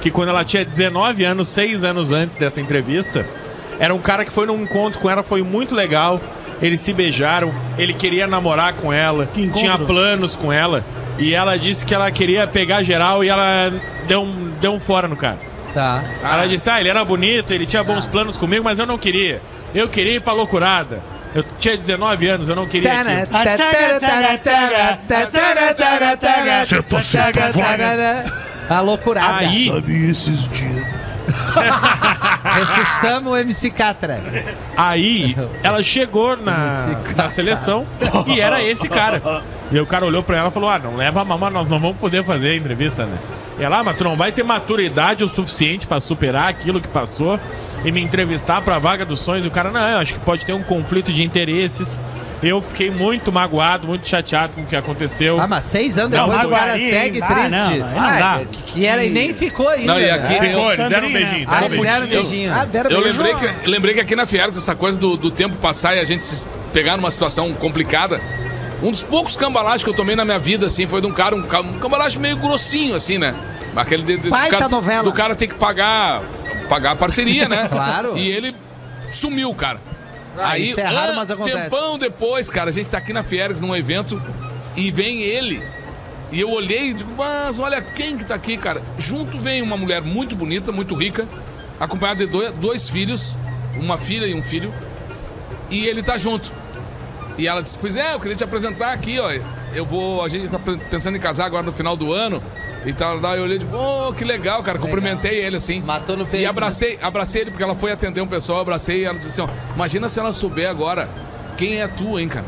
Speaker 10: Que quando ela tinha 19 anos, 6 anos antes dessa entrevista, era um cara que foi num encontro com ela, foi muito legal. Eles se beijaram, ele queria namorar com ela,
Speaker 7: Que encontro?
Speaker 10: tinha planos com ela, e ela disse que ela queria pegar geral e ela deu um, deu um fora no cara.
Speaker 5: Tá.
Speaker 10: Ela disse, ah, ele era bonito, ele tinha bons planos comigo, mas eu não queria. Eu queria ir pra loucurada. Eu tinha 19 anos, eu não queria
Speaker 5: Tá, né?
Speaker 10: aquilo.
Speaker 5: A Tá loucurada.
Speaker 10: Aí- Sabe
Speaker 5: esses dias. Ressuscitamos o MC Catra.
Speaker 10: Aí ela chegou na, na seleção e era esse cara. E o cara olhou pra ela e falou: Ah, não leva a mamãe, nós não vamos poder fazer a entrevista, né? E ela, ah, mas tu não vai ter maturidade o suficiente pra superar aquilo que passou e me entrevistar pra vaga dos sonhos. E o cara, não, eu acho que pode ter um conflito de interesses. Eu fiquei muito magoado, muito chateado com o que aconteceu.
Speaker 5: Ah, mas seis anos depois o cara segue triste. Ah, que- que era e nem ficou ainda.
Speaker 6: Não, e aqui-
Speaker 10: É
Speaker 6: Ficou, eles deram um
Speaker 10: né?
Speaker 5: Sandrinha.
Speaker 6: beijinho,
Speaker 5: Ah,
Speaker 6: deram um
Speaker 5: eles deram um
Speaker 6: beijinho.
Speaker 5: beijinho.
Speaker 6: Eu Ah, lembrei que, lembrei que aqui na Fieras, essa coisa do, do tempo passar e a gente se pegar numa situação complicada. Um dos poucos cambalaches que eu tomei na minha vida, assim, foi de um cara, um, ca- um cambalache meio grossinho, assim, né? Aquele de, de,
Speaker 8: Baita
Speaker 6: do cara,
Speaker 8: novela.
Speaker 6: Do cara ter que pagar, pagar a parceria,
Speaker 8: [laughs]
Speaker 6: né?
Speaker 5: Claro.
Speaker 6: E ele sumiu, cara.
Speaker 5: Ah, isso é raro,
Speaker 6: ah,
Speaker 5: mas acontece.
Speaker 6: Tempão depois, cara, a gente tá aqui na Fieras num evento e vem ele. E eu olhei e digo, mas olha quem que tá aqui, cara. Junto vem uma mulher muito bonita, muito rica, acompanhada de dois, dois filhos, uma filha e um filho. E ele tá junto. E ela disse, pois é, eu queria te apresentar aqui, ó. Eu vou. A gente tá pre- pensando em casar agora no final do ano. E tal, daí eu olhei tipo, oh, que legal, cara. Cumprimentei ele assim.
Speaker 5: Matou no peito.
Speaker 6: E abracei, abracei ele, porque ela foi atender um pessoal, eu abracei e ela disse assim, ó, imagina se ela souber agora quem é tu, hein, cara.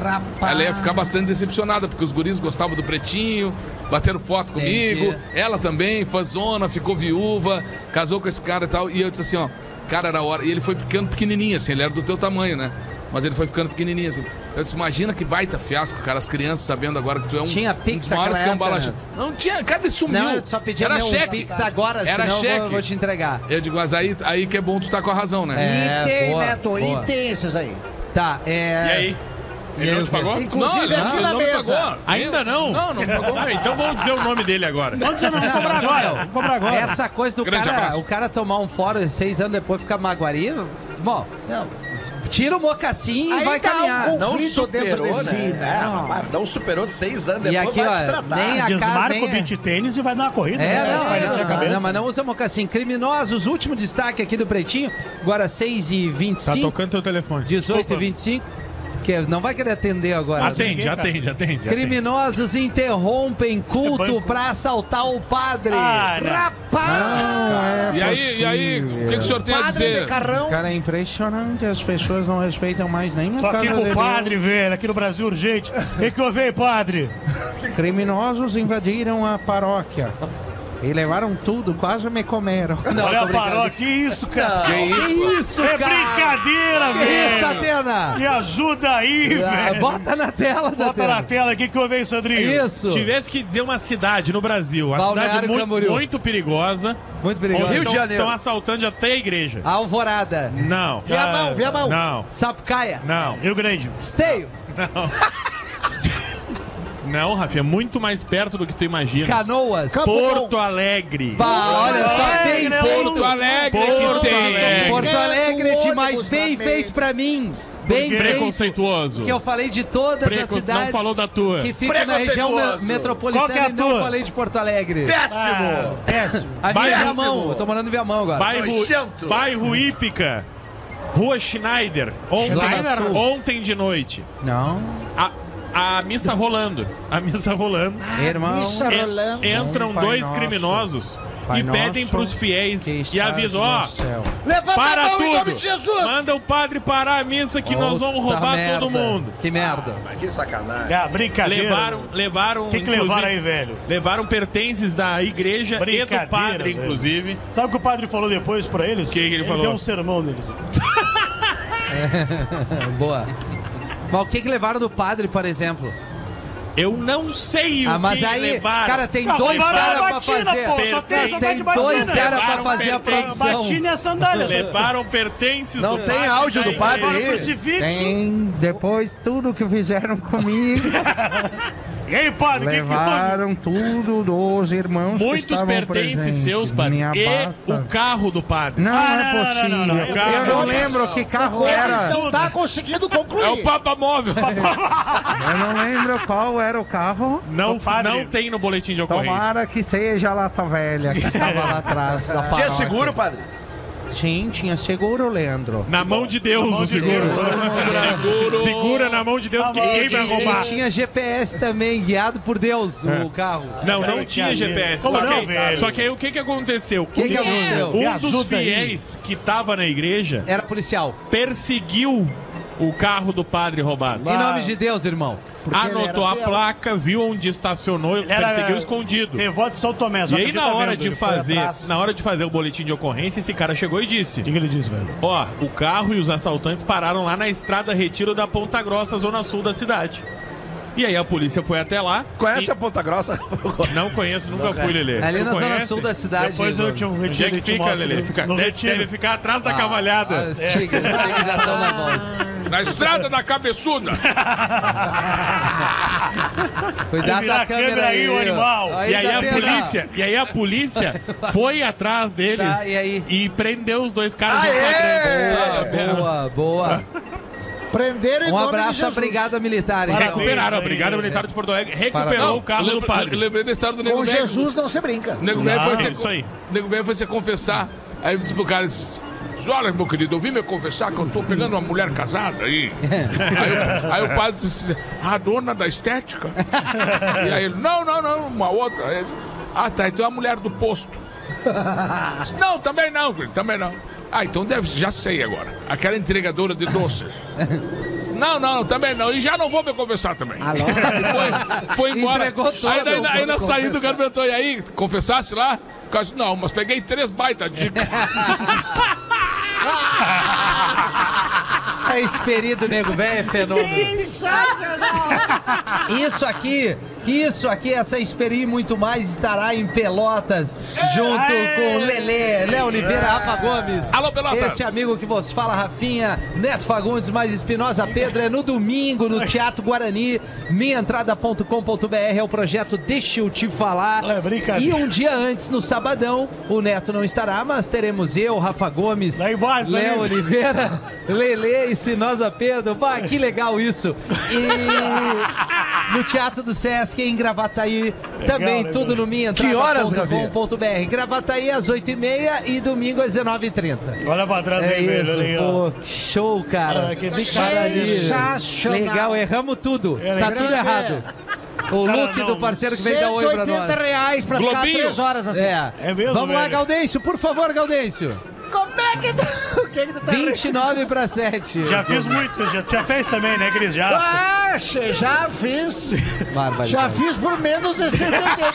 Speaker 5: Rapaz.
Speaker 6: Ela ia ficar bastante decepcionada, porque os guris gostavam do pretinho, bateram foto comigo.
Speaker 5: Entendi.
Speaker 6: Ela também, fazona, ficou viúva, casou com esse cara e tal. E eu disse assim, ó, cara, era hora. E ele foi ficando pequenininho, assim, ele era do teu tamanho, né? Mas ele foi ficando pequenininho, assim. Eu disse, imagina que baita fiasco, cara, as crianças sabendo agora que tu é um,
Speaker 5: Tinha
Speaker 6: um
Speaker 5: Pix
Speaker 6: dos maiores
Speaker 5: naquela
Speaker 6: cambalacha.
Speaker 5: época, né?
Speaker 6: Não tinha, cara, ele sumiu.
Speaker 5: Não, eu só pedi
Speaker 6: era
Speaker 5: meu
Speaker 6: cheque.
Speaker 5: Pix agora,
Speaker 6: era
Speaker 5: senão eu vou-
Speaker 6: cheque.
Speaker 5: eu vou te entregar.
Speaker 6: Eu digo, mas aí, aí que é bom tu tá com a razão, né?
Speaker 5: É,
Speaker 8: e tem,
Speaker 5: boa,
Speaker 8: Neto,
Speaker 5: boa.
Speaker 8: e tem esses aí.
Speaker 5: Tá, é.
Speaker 10: E aí? Ele
Speaker 5: E aí,
Speaker 10: não
Speaker 5: o
Speaker 10: te
Speaker 5: quê?
Speaker 10: pagou?
Speaker 8: Inclusive é
Speaker 6: não,
Speaker 8: aqui
Speaker 6: ele
Speaker 8: na
Speaker 6: não me
Speaker 8: mesa.
Speaker 6: pagou.
Speaker 10: Ainda não?
Speaker 6: Não, não me pagou.
Speaker 10: Ah, então vamos dizer o nome dele agora.
Speaker 7: Onde você não vai comprar
Speaker 5: Não,
Speaker 7: agora?
Speaker 5: não.
Speaker 7: Vamos comprar agora.
Speaker 5: Essa coisa do
Speaker 6: Grande
Speaker 5: cara,
Speaker 6: abraço.
Speaker 5: o cara tomar um fora seis anos depois ficar maguari, bom,
Speaker 8: Não,
Speaker 5: tira o mocassim e
Speaker 8: aí
Speaker 4: tá
Speaker 5: vai
Speaker 8: dá
Speaker 5: caminhar.
Speaker 8: um
Speaker 4: Não
Speaker 8: conflito dentro
Speaker 4: superou,
Speaker 8: de si,
Speaker 4: né?
Speaker 8: né?
Speaker 4: Não, mas não superou seis anos
Speaker 5: E
Speaker 4: depois
Speaker 5: aqui,
Speaker 4: vai te
Speaker 5: ó,
Speaker 4: tratar.
Speaker 5: nem a cara,
Speaker 7: Desmarca
Speaker 5: nem
Speaker 7: o beat tênis e vai dar uma corrida.
Speaker 5: É,
Speaker 7: né?
Speaker 5: não,
Speaker 7: Vai
Speaker 5: não,
Speaker 7: descer a
Speaker 5: não,
Speaker 7: cabeça.
Speaker 5: não, mas não usa mocassim. Criminosos, último destaque aqui do Pretinho, agora 6 e
Speaker 10: Tá
Speaker 5: 25
Speaker 10: tocando teu telefone.
Speaker 5: 18 e
Speaker 10: Desculpa.
Speaker 5: 25 que não vai querer atender agora. né?
Speaker 10: Atende, atende, atende. atende.
Speaker 5: Criminosos interrompem culto
Speaker 7: banco.
Speaker 5: pra assaltar o padre.
Speaker 7: Ah, não.
Speaker 6: E aí, e aí, o que, que o senhor tem a
Speaker 8: Padre
Speaker 6: dizer?
Speaker 8: de carrão.
Speaker 5: Cara, é impressionante, as pessoas não respeitam mais nem a
Speaker 7: Tô aqui
Speaker 5: casa
Speaker 7: com
Speaker 5: de
Speaker 7: o padre, velho, aqui no Brasil,
Speaker 5: [laughs]
Speaker 7: urgente. O que houve aí, padre?
Speaker 5: Deus. Criminosos invadiram a paróquia e levaram tudo, quase me comeram. Não,
Speaker 7: Olha
Speaker 5: tô
Speaker 7: a
Speaker 5: brincando.
Speaker 7: paróquia, que isso, cara?
Speaker 6: Que
Speaker 5: Que
Speaker 6: isso?
Speaker 5: isso,
Speaker 7: é
Speaker 5: cara?
Speaker 7: brincadeira,
Speaker 5: Que
Speaker 7: velho.
Speaker 5: isso, Tatena?
Speaker 7: Me ajuda aí,
Speaker 5: Ah,
Speaker 7: velho.
Speaker 5: Bota na tela,
Speaker 7: Bota na
Speaker 10: Tá
Speaker 5: Tatena.
Speaker 7: tela aqui que houve aí, Sandrinho.
Speaker 5: Isso.
Speaker 10: Tivesse que dizer uma cidade no Brasil, uma
Speaker 5: Balneário
Speaker 10: cidade muito,
Speaker 5: Camboriú.
Speaker 10: muito perigosa,
Speaker 5: Muito perigoso.
Speaker 10: onde
Speaker 4: Rio de
Speaker 10: estão-
Speaker 4: Janeiro.
Speaker 10: estão assaltando até a igreja.
Speaker 5: Ah. Alvorada.
Speaker 10: Não. Ah,
Speaker 8: Viamão, Viamão.
Speaker 10: Não,
Speaker 5: Sapucaia.
Speaker 10: não,
Speaker 7: Rio Grande.
Speaker 5: Esteio.
Speaker 10: não, Rafinha, muito mais perto do que tu imagina.
Speaker 5: Canoas.
Speaker 8: Campo
Speaker 10: Porto
Speaker 8: Bom.
Speaker 10: Alegre.
Speaker 5: Pá, olha só,
Speaker 7: Alegre,
Speaker 5: bem
Speaker 7: né,
Speaker 5: feito.
Speaker 6: Porto Alegre que
Speaker 10: Porto
Speaker 6: tem.
Speaker 10: Alegre.
Speaker 5: Porto Alegre é demais, bem
Speaker 8: Ônibus,
Speaker 5: feito pra mim. Bem
Speaker 7: quê?
Speaker 5: feito.
Speaker 10: Preconceituoso.
Speaker 5: Que eu falei de todas
Speaker 10: Precon-
Speaker 5: as cidades
Speaker 10: não falou da tua.
Speaker 5: que ficam na região me-
Speaker 4: Preconceituoso.
Speaker 7: Qual que é
Speaker 5: metropolitana
Speaker 7: a
Speaker 5: e não
Speaker 7: tua?
Speaker 5: falei de Porto Alegre.
Speaker 4: é.
Speaker 10: Ah.
Speaker 4: Péssimo!
Speaker 7: Péssimo.
Speaker 5: A minha é
Speaker 10: Bairro-
Speaker 5: Viamão, eu tô morando em Viamão agora.
Speaker 10: Bairro,
Speaker 4: Nojento.
Speaker 10: bairro Ípica. Rua Schneider. Ontem,
Speaker 5: Schneider?
Speaker 10: ontem de noite.
Speaker 5: Não,
Speaker 10: A, a missa rolando. A missa rolando.
Speaker 5: irmão.
Speaker 8: Isso,
Speaker 10: En-
Speaker 8: Rolando.
Speaker 10: entram
Speaker 5: Pai
Speaker 10: dois
Speaker 5: nosso.
Speaker 10: criminosos
Speaker 5: Pai
Speaker 10: e pedem
Speaker 5: nosso,
Speaker 10: pros fiéis
Speaker 5: que
Speaker 10: e
Speaker 5: estás
Speaker 10: avisam,
Speaker 5: no
Speaker 10: ó,
Speaker 5: céu.
Speaker 8: Levanta a
Speaker 10: para
Speaker 8: mão em nome de
Speaker 10: tudo,
Speaker 8: Jesus.
Speaker 10: manda o padre parar a missa que nós vamos
Speaker 5: Puta
Speaker 10: roubar
Speaker 5: merda.
Speaker 10: todo mundo.
Speaker 5: Que merda. [laughs]
Speaker 4: Mas que sacanagem.
Speaker 7: É, brincadeira.
Speaker 10: Levaram, levaram,
Speaker 7: O que, que
Speaker 10: inclusive,
Speaker 7: levaram aí, velho?
Speaker 10: levaram pertences da igreja e do
Speaker 7: Brincadeira,
Speaker 10: padre,
Speaker 7: velho.
Speaker 10: inclusive.
Speaker 7: Sabe o que o padre falou depois pra eles?
Speaker 10: Que que ele falou?
Speaker 7: deu um sermão neles.
Speaker 5: Boa. Mas o que, que levaram do padre, por exemplo?
Speaker 10: Eu não sei o
Speaker 5: Ah, mas
Speaker 10: que
Speaker 5: aí,
Speaker 10: levaram.
Speaker 5: cara, tem
Speaker 7: Ah,
Speaker 5: dois
Speaker 7: levaram a
Speaker 5: caras pra
Speaker 7: batina,
Speaker 5: fazer.
Speaker 7: pô, só tem- só tá
Speaker 5: tem
Speaker 7: de
Speaker 5: dois
Speaker 7: batina. é
Speaker 5: caras pra
Speaker 10: Levaram
Speaker 5: fazer a
Speaker 10: pertence.
Speaker 5: produção.
Speaker 7: Batine e as sandálias.
Speaker 10: Levaram pertences
Speaker 4: Não
Speaker 10: do
Speaker 4: tem
Speaker 10: padre
Speaker 4: áudio
Speaker 10: da
Speaker 4: do padre
Speaker 10: igreja.
Speaker 7: Levaram
Speaker 4: aí?
Speaker 7: crucifixo.
Speaker 5: é Tem, depois tudo que fizeram comigo, [laughs]
Speaker 7: E aí, padre, o que, que houve?
Speaker 5: levaram tudo dos irmãos que
Speaker 10: Muitos
Speaker 5: estavam
Speaker 10: pertences
Speaker 5: presentes.
Speaker 10: seus, padre.
Speaker 5: Minha
Speaker 10: E
Speaker 5: pasta.
Speaker 10: o carro do padre.
Speaker 5: Não,
Speaker 7: Ah,
Speaker 5: é
Speaker 7: não, não,
Speaker 5: possível.
Speaker 7: não, não, não.
Speaker 10: O carro-
Speaker 5: Eu não lembro que carro
Speaker 8: Eles
Speaker 5: era.
Speaker 8: não tá conseguindo concluir.
Speaker 6: É o Papa Móvel.
Speaker 5: Eu não lembro qual era o carro.
Speaker 10: Não,
Speaker 7: O padre.
Speaker 10: não tem no boletim de ocorrência.
Speaker 5: Tomara que seja a lata velha que estava lá atrás da
Speaker 4: Tinha
Speaker 5: paróquia.
Speaker 4: seguro, é padre?
Speaker 5: Sim, tinha seguro, Leandro.
Speaker 10: Na mão de Deus, o seguro.
Speaker 6: Seguro.
Speaker 10: Segura na mão de Deus que ninguém vai roubar.
Speaker 5: E tinha GPS também, guiado por Deus,
Speaker 10: É.
Speaker 5: o carro.
Speaker 10: Não, não tinha GPS.
Speaker 7: Como
Speaker 10: Só que,
Speaker 7: não,
Speaker 10: aí-
Speaker 7: velho?
Speaker 10: só que aí o que, que aconteceu?
Speaker 5: Que que
Speaker 10: Um-
Speaker 5: aconteceu?
Speaker 10: Um
Speaker 7: Me
Speaker 10: dos
Speaker 7: ajuda aí.
Speaker 10: fiéis que tava na igreja
Speaker 5: Era policial.
Speaker 10: perseguiu o carro do padre roubado.
Speaker 5: Em nome de Deus, irmão.
Speaker 10: Anotou a placa, viu onde estacionou e
Speaker 7: Ele era-
Speaker 10: perseguiu escondido.
Speaker 7: Devoto de São Tomé. só
Speaker 10: E aí
Speaker 7: acredita
Speaker 10: na hora
Speaker 7: vendo,
Speaker 10: de
Speaker 7: ele
Speaker 5: um
Speaker 7: foi
Speaker 10: fazer,
Speaker 7: atrás.
Speaker 10: na hora de fazer o boletim de ocorrência, esse cara chegou e disse:
Speaker 7: O que, que ele disse, velho?
Speaker 10: Ó, o carro e os assaltantes pararam lá na estrada Retiro da Ponta Grossa, zona sul da cidade. E aí a polícia foi até lá.
Speaker 4: Conhece a Ponta Grossa?
Speaker 10: e... Não conheço, nunca fui, Lelê.
Speaker 5: Ali
Speaker 10: Tu
Speaker 5: na zona
Speaker 10: conhece?
Speaker 5: sul da cidade.
Speaker 7: Depois eu te um retiro
Speaker 10: Onde é
Speaker 7: e
Speaker 10: que
Speaker 7: te
Speaker 10: fica,
Speaker 7: mostro
Speaker 10: Lelê?
Speaker 7: no-
Speaker 10: Fica,
Speaker 7: no
Speaker 10: deve,
Speaker 7: retiro.
Speaker 10: deve ficar atrás da
Speaker 5: Ah, ah,
Speaker 10: cavalhada.
Speaker 5: Os tigres, os tigres já estão
Speaker 7: Ah.
Speaker 5: na volta.
Speaker 6: Na estrada da cabeçuda.
Speaker 5: Cuidado
Speaker 7: virar
Speaker 5: da
Speaker 7: a câmera
Speaker 5: câmera
Speaker 7: aí,
Speaker 5: aí, tá
Speaker 7: o
Speaker 5: ó.
Speaker 7: animal.
Speaker 10: E aí
Speaker 5: ainda
Speaker 10: a
Speaker 5: tem
Speaker 10: polícia, e aí
Speaker 5: [laughs]
Speaker 10: a polícia foi atrás deles
Speaker 5: Tá, e aí?
Speaker 10: prendeu os dois caras no flagrante.
Speaker 5: Boa,
Speaker 7: É.
Speaker 5: boa.
Speaker 8: Prenderam em
Speaker 5: Um
Speaker 8: nome de
Speaker 5: abraço à
Speaker 8: Jesus.
Speaker 5: Brigada Militar. então.
Speaker 10: Recuperaram a
Speaker 7: Parabéns,
Speaker 10: Brigada
Speaker 7: hein,
Speaker 10: Militar de Porto Alegre, recuperou
Speaker 5: Parabéns.
Speaker 10: É, o carro do
Speaker 6: lembrei-
Speaker 10: padre. Ah,
Speaker 6: Lembrei da história do Nego
Speaker 8: Com
Speaker 6: Velho.
Speaker 8: Jesus não se brinca.
Speaker 6: O Nego Velho
Speaker 7: Não,
Speaker 6: foi, se-
Speaker 10: isso aí.
Speaker 6: o Nego Velho foi se confessar. Aí eu disse pro cara, disse, "Diz, olha, meu querido, eu vim me confessar que eu tô pegando uma mulher casada
Speaker 8: [laughs]
Speaker 6: aí. aí, o- aí o padre disse, a dona da estética? e aí ele, não, não, não, uma outra. Aí ele disse, ah, tá, então é a mulher do posto. Disse, não, também não, querido, também não. Ah, então deve, já sei agora. Aquela entregadora de doces. Disse, Não, não, também não. E já não vou me confessar também. Foi, foi embora.
Speaker 5: Entregou tudo,
Speaker 6: aí, aí,
Speaker 5: não
Speaker 6: aí na
Speaker 5: pode
Speaker 6: saída o cara perguntou, e aí, confessasse lá? O cara disse, não, mas peguei três baita dicas.
Speaker 5: É [laughs] experido, nego velho, é fenômeno. Isso aqui, isso aqui, essa Esperi e muito mais estará em Pelotas, junto com Lelê, Léo Oliveira, Rafa Gomes.
Speaker 6: Alô, Pelotas!
Speaker 5: Este amigo que vos fala, Rafinha, Neto Fagundes, mais Espinosa Pedro, é no domingo, no Teatro Guarani, minhaentrada.com.br, é o projeto Deixa Eu Te Falar.
Speaker 7: É brincadeira.
Speaker 5: E um dia antes, no sabadão, o Neto não estará, mas teremos eu, Rafa Gomes,
Speaker 7: Vai embora, isso
Speaker 5: Léo
Speaker 7: aí.
Speaker 5: Oliveira, Lele, Espinosa Pedro. Bah, que legal isso. E no Teatro do Sesc, em Gravataí, também
Speaker 7: né,
Speaker 5: tudo
Speaker 7: velho?
Speaker 5: no minha
Speaker 4: Que horas,
Speaker 5: entrada.com.br. Gravataí às 8h30 e domingo às 19h30.
Speaker 7: Olha pra trás
Speaker 5: É
Speaker 7: aí, velho.
Speaker 5: isso,
Speaker 7: olha aí, ó.
Speaker 5: pô, show, cara.
Speaker 7: Ah, que
Speaker 5: Fala ali.
Speaker 8: sensacional.
Speaker 5: Legal, erramos tudo.
Speaker 7: Era
Speaker 5: Tá
Speaker 7: É, grande.
Speaker 5: tudo errado. O
Speaker 7: Cara,
Speaker 5: look
Speaker 7: não,
Speaker 5: do parceiro que veio dar oi pra
Speaker 8: 180
Speaker 5: nós.
Speaker 8: reais pra ficar
Speaker 6: Globinho.
Speaker 8: três horas assim.
Speaker 5: É.
Speaker 7: É mesmo,
Speaker 5: Vamos lá,
Speaker 7: velho?
Speaker 5: Gaudêncio, por favor, Gaudêncio.
Speaker 8: Como é que tu... O que que tu tá... [laughs]
Speaker 5: 29 para 7.
Speaker 7: Já fiz muito, já, já fez também, né, Cris? Já.
Speaker 8: Ah, che- já fiz. Já fiz por menos de 180.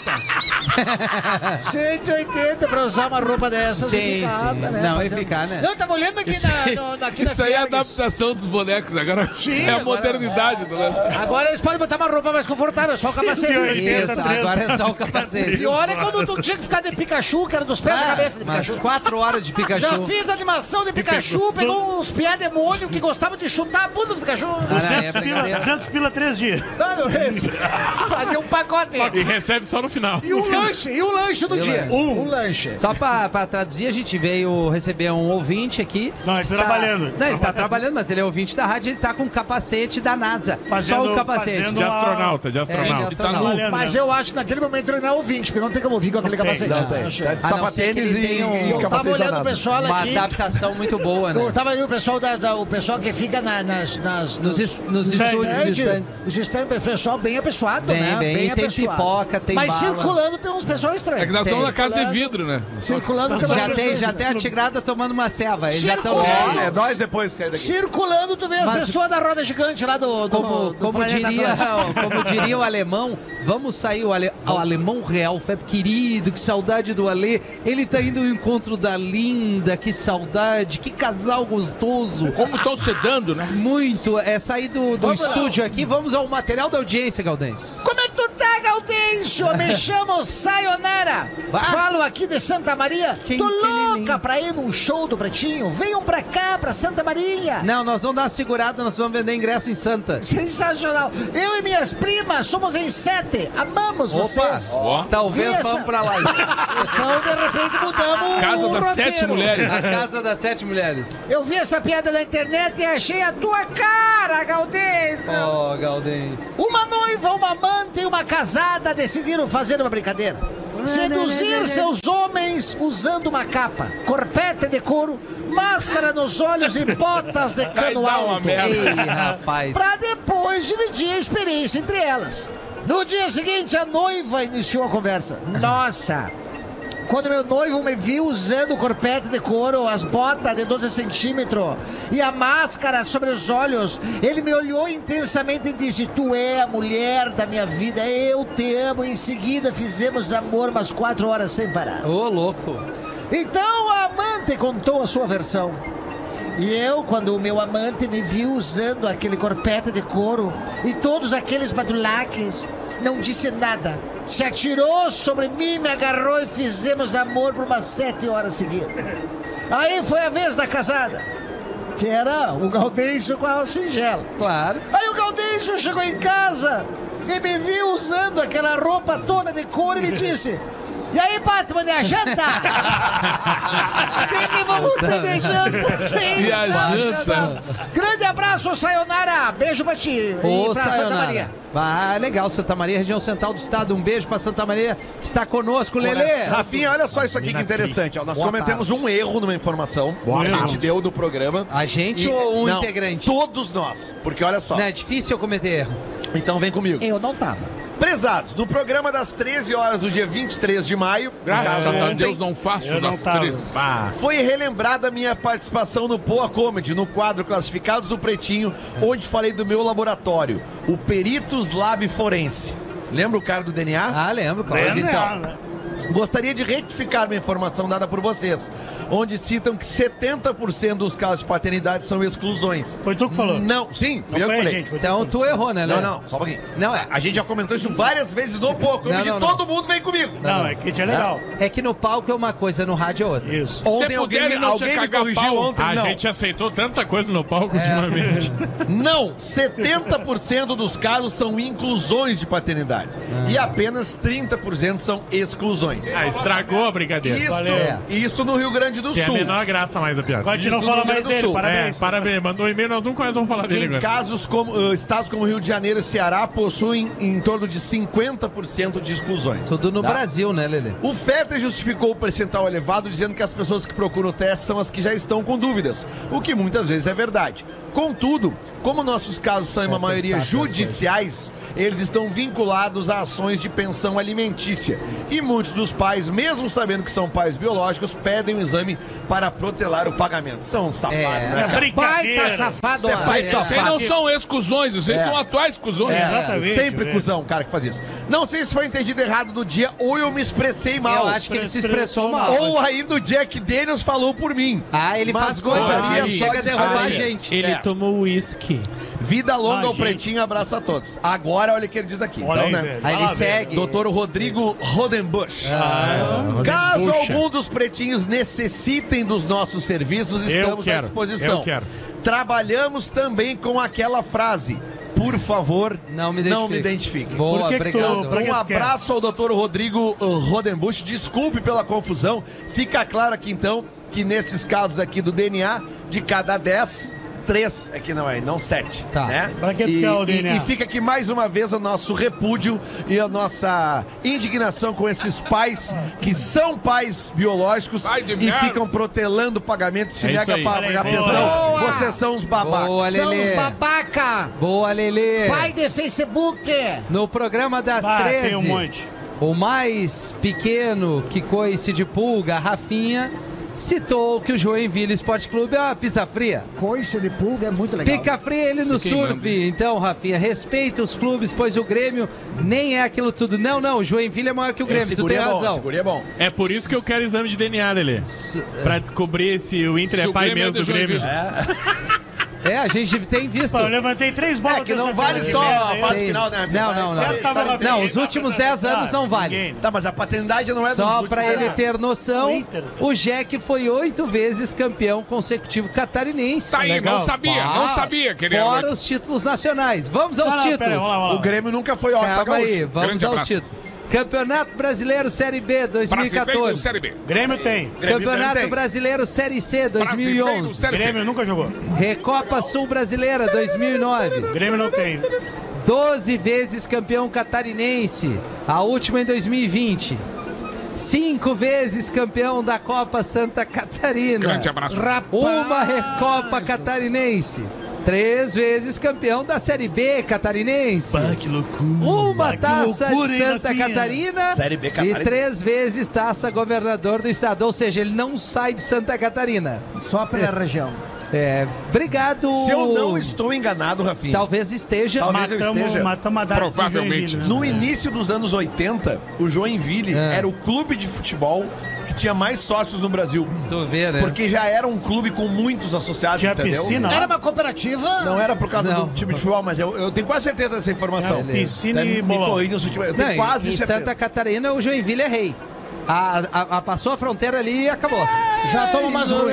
Speaker 5: [laughs]
Speaker 8: 180 pra usar uma roupa dessas
Speaker 5: Sim,
Speaker 8: e ficar,
Speaker 5: sim.
Speaker 8: né?
Speaker 5: Não, e
Speaker 8: Fazendo-
Speaker 5: ficar, né?
Speaker 8: Não, eu tava olhando aqui na, no- na- aqui
Speaker 6: Isso
Speaker 8: na
Speaker 6: aí é a
Speaker 8: Fiergs.
Speaker 6: adaptação dos bonecos, agora
Speaker 8: Sim,
Speaker 6: é a
Speaker 8: agora-
Speaker 6: modernidade do lance.
Speaker 8: Agora eles podem botar uma roupa mais confortável,
Speaker 7: é
Speaker 8: só o capacete.
Speaker 7: 180.
Speaker 5: Isso, agora é só o capacete.
Speaker 8: Pior é quando tu tinha que ficar de Pikachu, que era dos pés à cabeça de
Speaker 5: Ah, Mas
Speaker 8: Pikachu.
Speaker 5: 4 horas de
Speaker 8: Já
Speaker 5: Pikachu.
Speaker 8: fiz animação de Pikachu, pegou uns piá demônio que gostava de chutar a bunda do Pikachu.
Speaker 5: Ah, não, é
Speaker 7: 200 pila,
Speaker 5: brincadeira.
Speaker 7: 200 pila, três dias.
Speaker 8: Mano, esse- Fazia é um pacote.
Speaker 10: E recebe só no final.
Speaker 8: E um lanche, e um lanche do
Speaker 5: E um
Speaker 8: dia.
Speaker 5: lanche. Tá
Speaker 8: Um lanche.
Speaker 5: Só pra, pra traduzir, a gente veio receber um ouvinte aqui.
Speaker 7: Não, ele tá
Speaker 5: Está-
Speaker 7: trabalhando.
Speaker 5: Não, ele tá trabalhando, mas ele é ouvinte da rádio, ele tá com um capacete da NASA. só
Speaker 7: Fazendo-
Speaker 5: o capacete.
Speaker 7: fazendo
Speaker 10: De
Speaker 7: uma-
Speaker 10: astronauta, de
Speaker 5: É, de
Speaker 10: astronauta.
Speaker 6: Tá
Speaker 5: astronauta.
Speaker 7: Trabalhando,
Speaker 8: Mas
Speaker 7: né?
Speaker 8: eu acho que naquele momento ele não é ouvinte, porque não tem como ouvir com aquele
Speaker 7: Não tem,
Speaker 8: capacete.
Speaker 7: não
Speaker 8: Não achei.
Speaker 4: Tá de
Speaker 5: A não ser que
Speaker 4: sapatênis
Speaker 5: ele
Speaker 4: e,
Speaker 5: tenha um-
Speaker 4: e
Speaker 5: Eu
Speaker 8: Eu tava
Speaker 4: capacete
Speaker 8: olhando o
Speaker 4: danado.
Speaker 8: pessoal
Speaker 5: Uma
Speaker 8: aqui.
Speaker 5: adaptação muito boa, né?
Speaker 8: Eu tava aí o pessoal, da, da- o pessoal que fica na- nas, nas,
Speaker 5: Nos, es- nos
Speaker 7: Gente,
Speaker 5: estúdios
Speaker 8: Entende?
Speaker 5: distantes.
Speaker 8: Os estantes, o pessoal bem apessoado,
Speaker 5: Bem,
Speaker 8: né?
Speaker 5: bem, tem
Speaker 8: apessoado.
Speaker 5: pipoca, tem
Speaker 8: Mas
Speaker 5: bala.
Speaker 8: circulando tem uns pessoal estranhos.
Speaker 6: É que nós estamos na
Speaker 5: Tem.
Speaker 6: casa de vidro, né?
Speaker 8: Circulando tem umas
Speaker 5: Já tem,
Speaker 8: pessoas-
Speaker 5: já tem a tigrada tomando uma ceva. Eles já estão.
Speaker 8: Circulando!
Speaker 4: É, é nós depois que sai daqui.
Speaker 8: Circulando, tu vê as
Speaker 5: Mas-
Speaker 8: pessoas da roda gigante lá do, do,
Speaker 5: Como,
Speaker 8: Tá do
Speaker 5: como,
Speaker 8: planeta
Speaker 5: diria,
Speaker 8: Atlântico.
Speaker 5: como diria [laughs] o alemão, vamos sair. O, ale, o alemão real, Fed, querido, que saudade do Ale. Ele tá indo ao encontro da linda, que saudade, que casal gostoso.
Speaker 6: Como estão sedando, né?
Speaker 5: Muito, é sair do, do
Speaker 8: Vamos lá.
Speaker 5: estúdio aqui, vamos ao material da audiência, Galdense.
Speaker 8: Como é que tu tá, Gaudêncio?
Speaker 5: [laughs]
Speaker 8: Me chamo Sayonara.
Speaker 5: Bah.
Speaker 8: Falo aqui de Santa Maria.
Speaker 5: Tchim,
Speaker 8: Tô
Speaker 5: tchim,
Speaker 8: louca pra ir num show do Pretinho. Venham pra cá, pra Santa Maria.
Speaker 5: Não, nós vamos dar uma segurada, nós vamos vender ingresso em Santa.
Speaker 8: Sensacional. Eu e minhas primas somos em sete. Amamos vocês.
Speaker 6: Ó.
Speaker 5: Talvez
Speaker 8: Essa-
Speaker 5: vamos pra lá.
Speaker 8: [laughs] Então, de repente, mudamos
Speaker 6: Casa
Speaker 8: o
Speaker 6: das
Speaker 8: roteiro.
Speaker 6: sete mulheres.
Speaker 5: A casa das sete mulheres.
Speaker 8: Eu vi essa piada na internet e achei a tua cara, Galdês.
Speaker 5: Oh, Galdense.
Speaker 8: Uma noiva, uma amante e uma casada decidiram fazer uma brincadeira. Seduzir seus homens usando uma capa, corpete de couro, máscara nos olhos e botas de cano alto.
Speaker 5: Ei, rapaz.
Speaker 8: Pra depois dividir a experiência entre elas. No dia seguinte, a noiva iniciou a conversa. Nossa! Quando meu noivo me viu usando o corpete de couro, as botas de 12 centímetros e a máscara sobre os olhos, ele me olhou intensamente e disse: Tu é a mulher da minha vida, eu te amo. Em seguida, fizemos amor umas quatro horas sem parar.
Speaker 5: Ô, louco.
Speaker 8: Então a amante contou a sua versão. E eu, quando o meu amante me viu usando aquele corpete de couro e todos aqueles badulaques, não disse nada. Se atirou sobre mim, me agarrou e fizemos amor por umas sete horas seguidas. Aí foi a vez da casada, que era o Gaudêncio com a singela.
Speaker 5: Claro.
Speaker 8: Aí o Gaudêncio chegou em casa e me viu usando aquela roupa toda de couro e me disse: E aí, Batman, é a janta?
Speaker 5: [laughs]
Speaker 8: Quem que vamos ter de janta? sem
Speaker 6: E a
Speaker 8: nada,
Speaker 6: janta?
Speaker 8: não? Grande abraço, Sayonara. Beijo pra ti e
Speaker 5: Ô,
Speaker 8: pra Santa
Speaker 5: Sayonara.
Speaker 8: Maria.
Speaker 5: Ah, legal, Santa Maria, região central do estado. Um beijo pra Santa Maria que está conosco, Lelê.
Speaker 4: Rafinha, olha só isso aqui que interessante. ó. Nós
Speaker 5: Boa
Speaker 4: cometemos um erro numa informação que a gente deu no programa.
Speaker 5: A gente
Speaker 4: E-
Speaker 5: ou um
Speaker 4: não,
Speaker 5: integrante?
Speaker 4: Todos nós. Porque olha só.
Speaker 5: Não, é difícil eu cometer erro.
Speaker 4: Então vem comigo.
Speaker 8: Eu não tava.
Speaker 4: Prezados, no programa das 13 horas do dia 23 de maio,
Speaker 6: Graças a
Speaker 4: ontem,
Speaker 6: Deus não faço
Speaker 7: Eu não
Speaker 6: das
Speaker 7: tava.
Speaker 6: trilhas.
Speaker 4: foi relembrada a minha participação no Poa Comedy, no quadro Classificados do Pretinho, onde falei do meu laboratório, o Peritos Lab Forense. Lembra o cara do DNA?
Speaker 5: Ah, lembro, claro.
Speaker 4: Pois
Speaker 7: Lembra?
Speaker 4: então. Gostaria de rectificar minha informação dada por vocês, onde citam que 70% dos casos de paternidade são exclusões.
Speaker 7: Foi tu que falou.
Speaker 4: Não, sim,
Speaker 7: Não
Speaker 4: foi eu que
Speaker 7: foi a
Speaker 4: falei.
Speaker 7: gente, foi tu que
Speaker 5: Então
Speaker 7: falou.
Speaker 5: tu errou, né, Lelê?
Speaker 4: Não, não, só um pouquinho.
Speaker 5: Não, é.
Speaker 4: A gente já comentou isso várias vezes no pouco,
Speaker 5: Não,
Speaker 4: onde
Speaker 5: não, não.
Speaker 4: todo mundo vem comigo.
Speaker 7: Não, é que é legal.
Speaker 5: É que no palco é uma coisa, no rádio é outra.
Speaker 7: Isso.
Speaker 4: Ontem
Speaker 6: Se
Speaker 4: alguém,
Speaker 6: puder e não se
Speaker 4: alguém me
Speaker 6: cagar
Speaker 4: corrigiu
Speaker 6: pau.
Speaker 4: ontem,
Speaker 10: A
Speaker 4: não.
Speaker 10: gente aceitou tanta coisa no palco ultimamente.
Speaker 4: Não, 70% dos casos são inclusões de paternidade.
Speaker 5: Ah.
Speaker 4: E apenas 30% são exclusões.
Speaker 10: Ah, estragou a brincadeira.
Speaker 4: Isto,
Speaker 5: valeu.
Speaker 4: isto no Rio Grande É. do
Speaker 10: Que é a
Speaker 4: Sul.
Speaker 10: menor graça mais a piada.
Speaker 7: Agora a gente não
Speaker 4: do
Speaker 7: fala
Speaker 4: Rio Grande
Speaker 7: mais
Speaker 4: do
Speaker 7: dele,
Speaker 4: Sul.
Speaker 10: Parabéns.
Speaker 7: parabéns.
Speaker 10: É, parabéns. Mandou um e-mail, nós nunca mais vamos falar dele
Speaker 4: Em
Speaker 10: agora.
Speaker 4: casos como ah, estados como Rio de Janeiro e Ceará possuem em torno de 50% de exclusões.
Speaker 5: Tudo no
Speaker 4: Tá?
Speaker 5: Brasil, né, Lelê?
Speaker 4: O Fetter justificou o percentual elevado dizendo que as pessoas que procuram o teste são as que já estão com dúvidas, o que muitas vezes é verdade. Contudo, como nossos casos são, em uma maioria,
Speaker 5: pensar essas
Speaker 4: judiciais, eles estão vinculados a ações de pensão alimentícia. E muitos dos pais, mesmo sabendo que são pais biológicos, pedem o exame para protelar o pagamento. São safados,
Speaker 5: É. tá
Speaker 4: né, cara?
Speaker 8: Baita
Speaker 7: Brincadeira.
Speaker 8: safado. ó.
Speaker 4: pai
Speaker 6: Mas Vocês não são exclusões, vocês
Speaker 4: É.
Speaker 6: são atuais exclusões.
Speaker 7: Exatamente.
Speaker 4: Sempre
Speaker 7: né?
Speaker 4: cuzão o cara que faz isso. Não sei se foi entendido errado no dia ou eu me expressei mal.
Speaker 5: Eu acho que ele se expressou
Speaker 7: expressou
Speaker 5: mal.
Speaker 4: Ou ainda o Jack Daniels falou por mim.
Speaker 5: Ah, ele
Speaker 4: Mas
Speaker 5: faz coisa ali,
Speaker 4: gostaria
Speaker 5: ele
Speaker 4: só
Speaker 5: chega a
Speaker 4: de
Speaker 5: derrubar a
Speaker 4: esclarecer.
Speaker 5: gente.
Speaker 10: Ele
Speaker 4: É.
Speaker 10: tomou uísque.
Speaker 4: Vida longa
Speaker 7: Ah,
Speaker 4: ao
Speaker 7: gente.
Speaker 4: pretinho, abraço a todos. Agora olha o que ele diz aqui.
Speaker 7: Olha aí,
Speaker 4: então, né?
Speaker 7: velho.
Speaker 5: Aí
Speaker 7: Fala,
Speaker 5: ele
Speaker 7: velho. Ah, é.
Speaker 5: segue.
Speaker 4: Doutor Rodrigo Rodenbusch.
Speaker 8: Ah,
Speaker 4: Caso algum dos pretinhos necessitem dos nossos serviços,
Speaker 10: Eu
Speaker 4: estamos à
Speaker 10: quero,
Speaker 4: disposição.
Speaker 10: eu quero.
Speaker 4: Trabalhamos também com aquela frase. Por favor,
Speaker 5: Não me identifique.
Speaker 4: não me identifique.
Speaker 7: Por
Speaker 5: Boa,
Speaker 7: que que tu-
Speaker 5: obrigado.
Speaker 7: pra que
Speaker 4: Um
Speaker 7: tu quer?
Speaker 4: abraço ao doutor Rodrigo uh, Rodenbusch. Desculpe pela confusão. Fica claro aqui então que nesses casos aqui do DNA, de cada 10, 3 é que não é, não 7.
Speaker 5: Tá.
Speaker 4: Né?
Speaker 7: Pra que tu
Speaker 4: e,
Speaker 7: quer o
Speaker 4: e-
Speaker 7: DNA?
Speaker 4: e fica aqui mais uma vez o nosso repúdio e a nossa indignação com esses pais que são pais biológicos
Speaker 6: Pai de
Speaker 4: e
Speaker 6: merda.
Speaker 4: ficam protelando o pagamento, se
Speaker 10: É isso
Speaker 4: nega
Speaker 10: aí.
Speaker 4: para pagar a
Speaker 7: Boa.
Speaker 4: pensão. Vocês são uns babacas.
Speaker 5: Boa,
Speaker 8: São
Speaker 5: Lelê. É.
Speaker 8: os babaca.
Speaker 5: Boa, Lelê.
Speaker 8: Pai de Facebook.
Speaker 5: No programa das
Speaker 7: Ah, tem
Speaker 5: 13,
Speaker 7: um monte.
Speaker 5: o mais pequeno que coice de pulga, Rafinha, citou que o Joinville Esporte Clube é uma pizza fria.
Speaker 9: Coice de pulga é muito legal.
Speaker 5: Pica fria ele no
Speaker 6: Se
Speaker 5: surf.
Speaker 6: queimando.
Speaker 5: Então, Rafinha, respeita os clubes, pois o Grêmio nem é aquilo tudo. Não, não, o Joinville é maior que o Grêmio,
Speaker 4: Esse
Speaker 5: tu
Speaker 4: guri
Speaker 5: tem
Speaker 4: é bom,
Speaker 5: razão.
Speaker 4: esse guri é bom.
Speaker 10: É por isso que eu quero exame de DNA, Lelê. Pra descobrir se o Inter
Speaker 6: Se
Speaker 10: é
Speaker 6: o
Speaker 10: pai
Speaker 6: Grêmio é
Speaker 10: mesmo
Speaker 6: do
Speaker 10: do Grêmio.
Speaker 6: Joinville.
Speaker 5: É, a gente tem visto.
Speaker 7: Pô, eu levantei três bolas.
Speaker 4: É que não
Speaker 7: dessa
Speaker 4: vale
Speaker 7: vez.
Speaker 4: só a
Speaker 7: Merda,
Speaker 4: fase
Speaker 7: hein?
Speaker 4: final, né?
Speaker 5: Não, não,
Speaker 4: Mas-
Speaker 7: Eu tava
Speaker 4: Tá-
Speaker 7: lá-
Speaker 5: Não, os últimos 10 anos não vale.
Speaker 7: Ninguém, né?
Speaker 4: Tá, mas a paternidade não é dos
Speaker 5: Só
Speaker 4: últimos,
Speaker 5: para ele
Speaker 4: né?
Speaker 5: ter noção,
Speaker 7: O Inter.
Speaker 5: o Jack foi oito vezes campeão consecutivo catarinense.
Speaker 6: Tá aí,
Speaker 7: Legal.
Speaker 6: não sabia, não
Speaker 5: Ah,
Speaker 6: sabia, querido.
Speaker 5: Fora os títulos nacionais. Vamos aos
Speaker 7: Não, não, pera aí,
Speaker 5: títulos.
Speaker 7: vamos lá, vamos lá.
Speaker 4: O Grêmio nunca foi ótimo.
Speaker 5: Calma aí, vamos
Speaker 6: Grande
Speaker 5: aos
Speaker 6: abraço.
Speaker 5: títulos. Campeonato Brasileiro Série B
Speaker 6: Brasileiro
Speaker 5: 2014.
Speaker 6: Série B.
Speaker 7: Grêmio tem.
Speaker 5: Campeonato Brasileiro Série C
Speaker 6: Brasileiro
Speaker 5: 2011.
Speaker 6: Série
Speaker 7: Grêmio
Speaker 6: C.
Speaker 7: nunca jogou.
Speaker 5: Recopa Sul Brasileira 2009.
Speaker 7: Grêmio não tem.
Speaker 5: 12 vezes campeão catarinense, a última em 2020. Cinco vezes campeão da Copa Santa Catarina.
Speaker 6: Grande abraço.
Speaker 5: Uma Recopa Catarinense. Três vezes campeão da Série B catarinense.
Speaker 4: que loucura.
Speaker 5: Uma
Speaker 4: Que
Speaker 5: taça
Speaker 4: loucura,
Speaker 5: de
Speaker 4: hein,
Speaker 5: Santa
Speaker 4: Rafinha?
Speaker 5: Catarina
Speaker 4: Série B
Speaker 5: e
Speaker 4: Catarina.
Speaker 5: três vezes taça governador do estado. Ou seja, ele não sai de Santa Catarina.
Speaker 9: Só pela região.
Speaker 5: É, obrigado.
Speaker 4: Se eu não estou enganado, Rafinha,
Speaker 5: Talvez esteja.
Speaker 4: Talvez eu
Speaker 7: Matamos,
Speaker 4: esteja-
Speaker 7: matamos a data do
Speaker 6: Provavelmente.
Speaker 7: Joinville, né?
Speaker 4: no início dos anos 80, o Joinville
Speaker 5: É.
Speaker 4: era o clube de futebol que tinha mais sócios no Brasil.
Speaker 5: Tu vê, né?
Speaker 4: Porque já era um clube com muitos associados,
Speaker 7: Tinha
Speaker 4: entendeu?
Speaker 7: piscina
Speaker 8: Era
Speaker 7: lá.
Speaker 8: uma cooperativa.
Speaker 4: Não era por causa
Speaker 5: Não.
Speaker 4: do time de futebol, mas eu, eu tenho quase certeza dessa informação.
Speaker 5: Beleza.
Speaker 7: Piscina
Speaker 4: Deve-
Speaker 7: e
Speaker 4: me
Speaker 7: bolão.
Speaker 4: corrijam se eu tiver- eu
Speaker 5: Não,
Speaker 4: tenho
Speaker 5: em-
Speaker 4: quase
Speaker 5: em
Speaker 4: certeza.
Speaker 5: Santa Catarina, o Joinville é rei. A- a- a- passou a fronteira ali e acabou.
Speaker 8: Já toma mais um.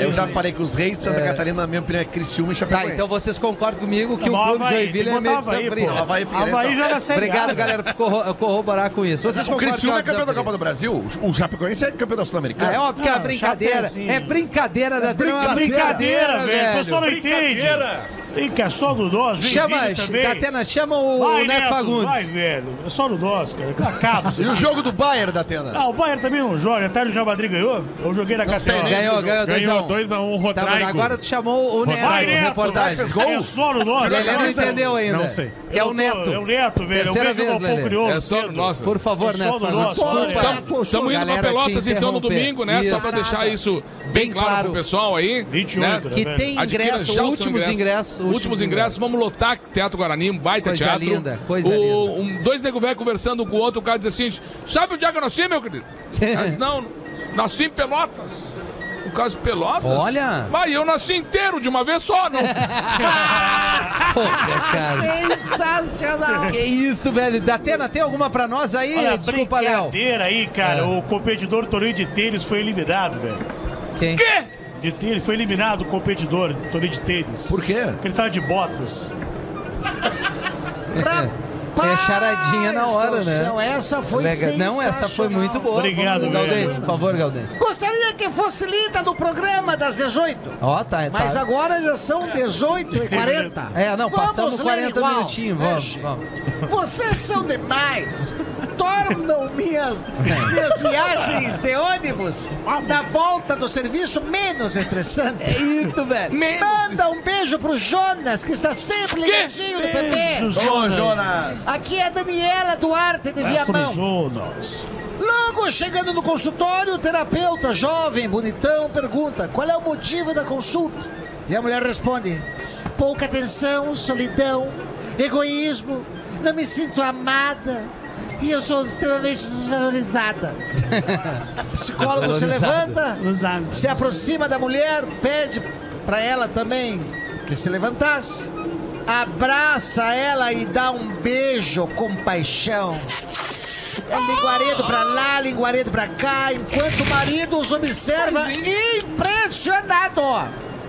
Speaker 4: Eu já falei que os reis de Santa Catarina, na minha opinião, é Criciúma e
Speaker 5: Tá,
Speaker 4: Chapecoense.
Speaker 5: então vocês concordam comigo que o
Speaker 7: Bom,
Speaker 5: clube
Speaker 7: Havaí,
Speaker 5: Joinville
Speaker 7: tem que
Speaker 5: é meio
Speaker 7: botar Havaí,
Speaker 5: desabrido.
Speaker 7: pô.
Speaker 4: Havaí, Figueirense,
Speaker 7: Havaí
Speaker 4: não.
Speaker 7: joga a Série A,
Speaker 5: Obrigado,
Speaker 7: né?
Speaker 5: galera, por corro- corroborar com isso. Vocês
Speaker 4: O
Speaker 5: concordam
Speaker 4: Criciúma
Speaker 5: que
Speaker 4: é
Speaker 5: o
Speaker 4: campeão da
Speaker 5: Havaí-
Speaker 4: Copa do Brasil. O Chapecoense é campeão da Sul-Americana.
Speaker 5: Ah, é óbvio que é uma
Speaker 7: Não,
Speaker 5: brincadeira.
Speaker 7: chapezinho.
Speaker 5: É brincadeira da turma, é uma
Speaker 7: Brincadeira, velho. O pessoal não entende.
Speaker 10: Brincadeira.
Speaker 7: Ih, que é só do Dós, vem
Speaker 5: Chama,
Speaker 7: vídeo também.
Speaker 5: Catena, chama o
Speaker 7: Vai,
Speaker 5: Neto, né, Fagundes.
Speaker 7: Vai, velho. É só do Dós, cara. Acaba.
Speaker 4: E o jogo do Bayern da Tena?
Speaker 7: Ah, o Bayern também não joga. Até o Real Madrid ganhou. Eu joguei na
Speaker 4: sei,
Speaker 7: Catena.
Speaker 4: né?
Speaker 5: Ganhou, ganhou 2x1.
Speaker 10: Ganhou 2x1 um,
Speaker 5: Tá, mas
Speaker 10: Rodrigo.
Speaker 5: agora tu chamou o Neto,
Speaker 7: Vai,
Speaker 5: o
Speaker 7: Neto,
Speaker 5: reportagem.
Speaker 4: vai, fez gol.
Speaker 7: É só do Dós.
Speaker 5: Lelê não
Speaker 7: Mas eu-
Speaker 5: entendeu ainda.
Speaker 10: Não sei.
Speaker 5: Que é
Speaker 7: eu
Speaker 5: o
Speaker 7: tô-
Speaker 5: Neto.
Speaker 7: É o Neto, velho.
Speaker 5: Terceira
Speaker 7: eu vejo
Speaker 5: vez,
Speaker 7: um pouco
Speaker 5: Lele.
Speaker 7: de ouro.
Speaker 6: É só nossa.
Speaker 5: Por favor,
Speaker 7: É só
Speaker 5: Neto,
Speaker 7: do
Speaker 5: Fagundes,
Speaker 7: nosso,
Speaker 5: desculpa.
Speaker 7: Neto.
Speaker 6: Estamos indo para
Speaker 5: Ah, Galera, te
Speaker 6: Pelotas então no
Speaker 5: interromper.
Speaker 6: domingo, né? Só para
Speaker 5: Isso.
Speaker 6: deixar isso bem,
Speaker 5: Bem
Speaker 6: claro,
Speaker 5: claro.
Speaker 6: pro pessoal aí.
Speaker 7: 28,
Speaker 6: né?
Speaker 5: Que
Speaker 7: velho?
Speaker 5: tem
Speaker 6: Adquira
Speaker 5: ingresso,
Speaker 6: já o seu
Speaker 5: últimos
Speaker 6: ingresso.
Speaker 5: ingressos.
Speaker 6: Últimos ingressos, vamos lotar Teatro Guarani, um baita
Speaker 5: Coisa
Speaker 6: teatro.
Speaker 5: linda, coisa
Speaker 6: O-
Speaker 5: linda.
Speaker 6: um- dois nego velho conversando com o outro, o cara diz assim: sabe onde é que eu nasci,
Speaker 5: [laughs]
Speaker 6: meu querido? Mas não, nasci em Pelotas. O caso Pelotas?
Speaker 5: Olha.
Speaker 6: Mas eu nasci inteiro de uma vez só,
Speaker 5: [laughs]
Speaker 6: não.
Speaker 5: Pô, é cara.
Speaker 4: [laughs]
Speaker 8: Sensacional.
Speaker 5: Que isso, velho. Datena, tem alguma pra nós aí?
Speaker 7: Olha,
Speaker 5: Desculpa, Léo. É.
Speaker 7: brincadeira aí, cara. O competidor do torneio de tênis foi eliminado, velho.
Speaker 5: Quem?
Speaker 7: De tênis, foi eliminado o competidor do torneio de tênis.
Speaker 4: Por quê?
Speaker 7: Porque ele tava de botas.
Speaker 5: [laughs] É charadinha na hora, né?
Speaker 8: Não, essa É, foi
Speaker 5: Legal. Não, essa foi
Speaker 8: sensacional.
Speaker 5: muito boa.
Speaker 7: Obrigado,
Speaker 5: Vamos, Galdense,
Speaker 7: velho.
Speaker 5: por favor, Galdense.
Speaker 8: Gostaria que fosse lida no programa das 18.
Speaker 5: Ó, tá,
Speaker 8: Mas
Speaker 5: tá.
Speaker 8: agora já são 18 e 40.
Speaker 5: É, não, passamos
Speaker 8: ler
Speaker 5: 40
Speaker 8: igual. né,
Speaker 5: minutinhos. Vamos, vamos.
Speaker 8: Vocês são demais. Tornam
Speaker 5: [laughs]
Speaker 8: minhas, minhas viagens de ônibus na volta do serviço menos
Speaker 5: É
Speaker 8: [laughs] estressantes.
Speaker 5: isso, velho.
Speaker 8: Manda um beijo pro Jonas, que está sempre ligadinho no PP.
Speaker 4: Ô, Jonas!
Speaker 8: Aqui é a Daniela Duarte de Viamão.
Speaker 7: Jonas.
Speaker 8: Logo chegando no consultório, o terapeuta, jovem, bonitão, pergunta qual é o motivo da consulta. E a mulher responde: pouca atenção, solidão, egoísmo, não me sinto amada e eu sou extremamente desvalorizada. [laughs] O psicólogo se
Speaker 5: Desvalorizada.
Speaker 8: levanta, se aproxima da mulher, pede pra ela também que se levantasse, abraça ela e dá um beijo com paixão. É linguaredo pra lá, linguaredo pra cá, enquanto o marido os observa impressionado.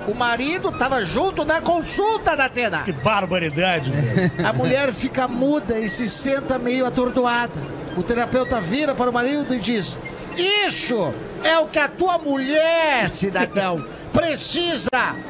Speaker 8: O marido tava junto na consulta da Atena.
Speaker 7: Que barbaridade, velho.
Speaker 8: A mulher fica muda e se senta meio atordoada. O terapeuta vira para o marido e diz: Isso é o que a tua
Speaker 6: [laughs]
Speaker 8: mulher, cidadão, precisa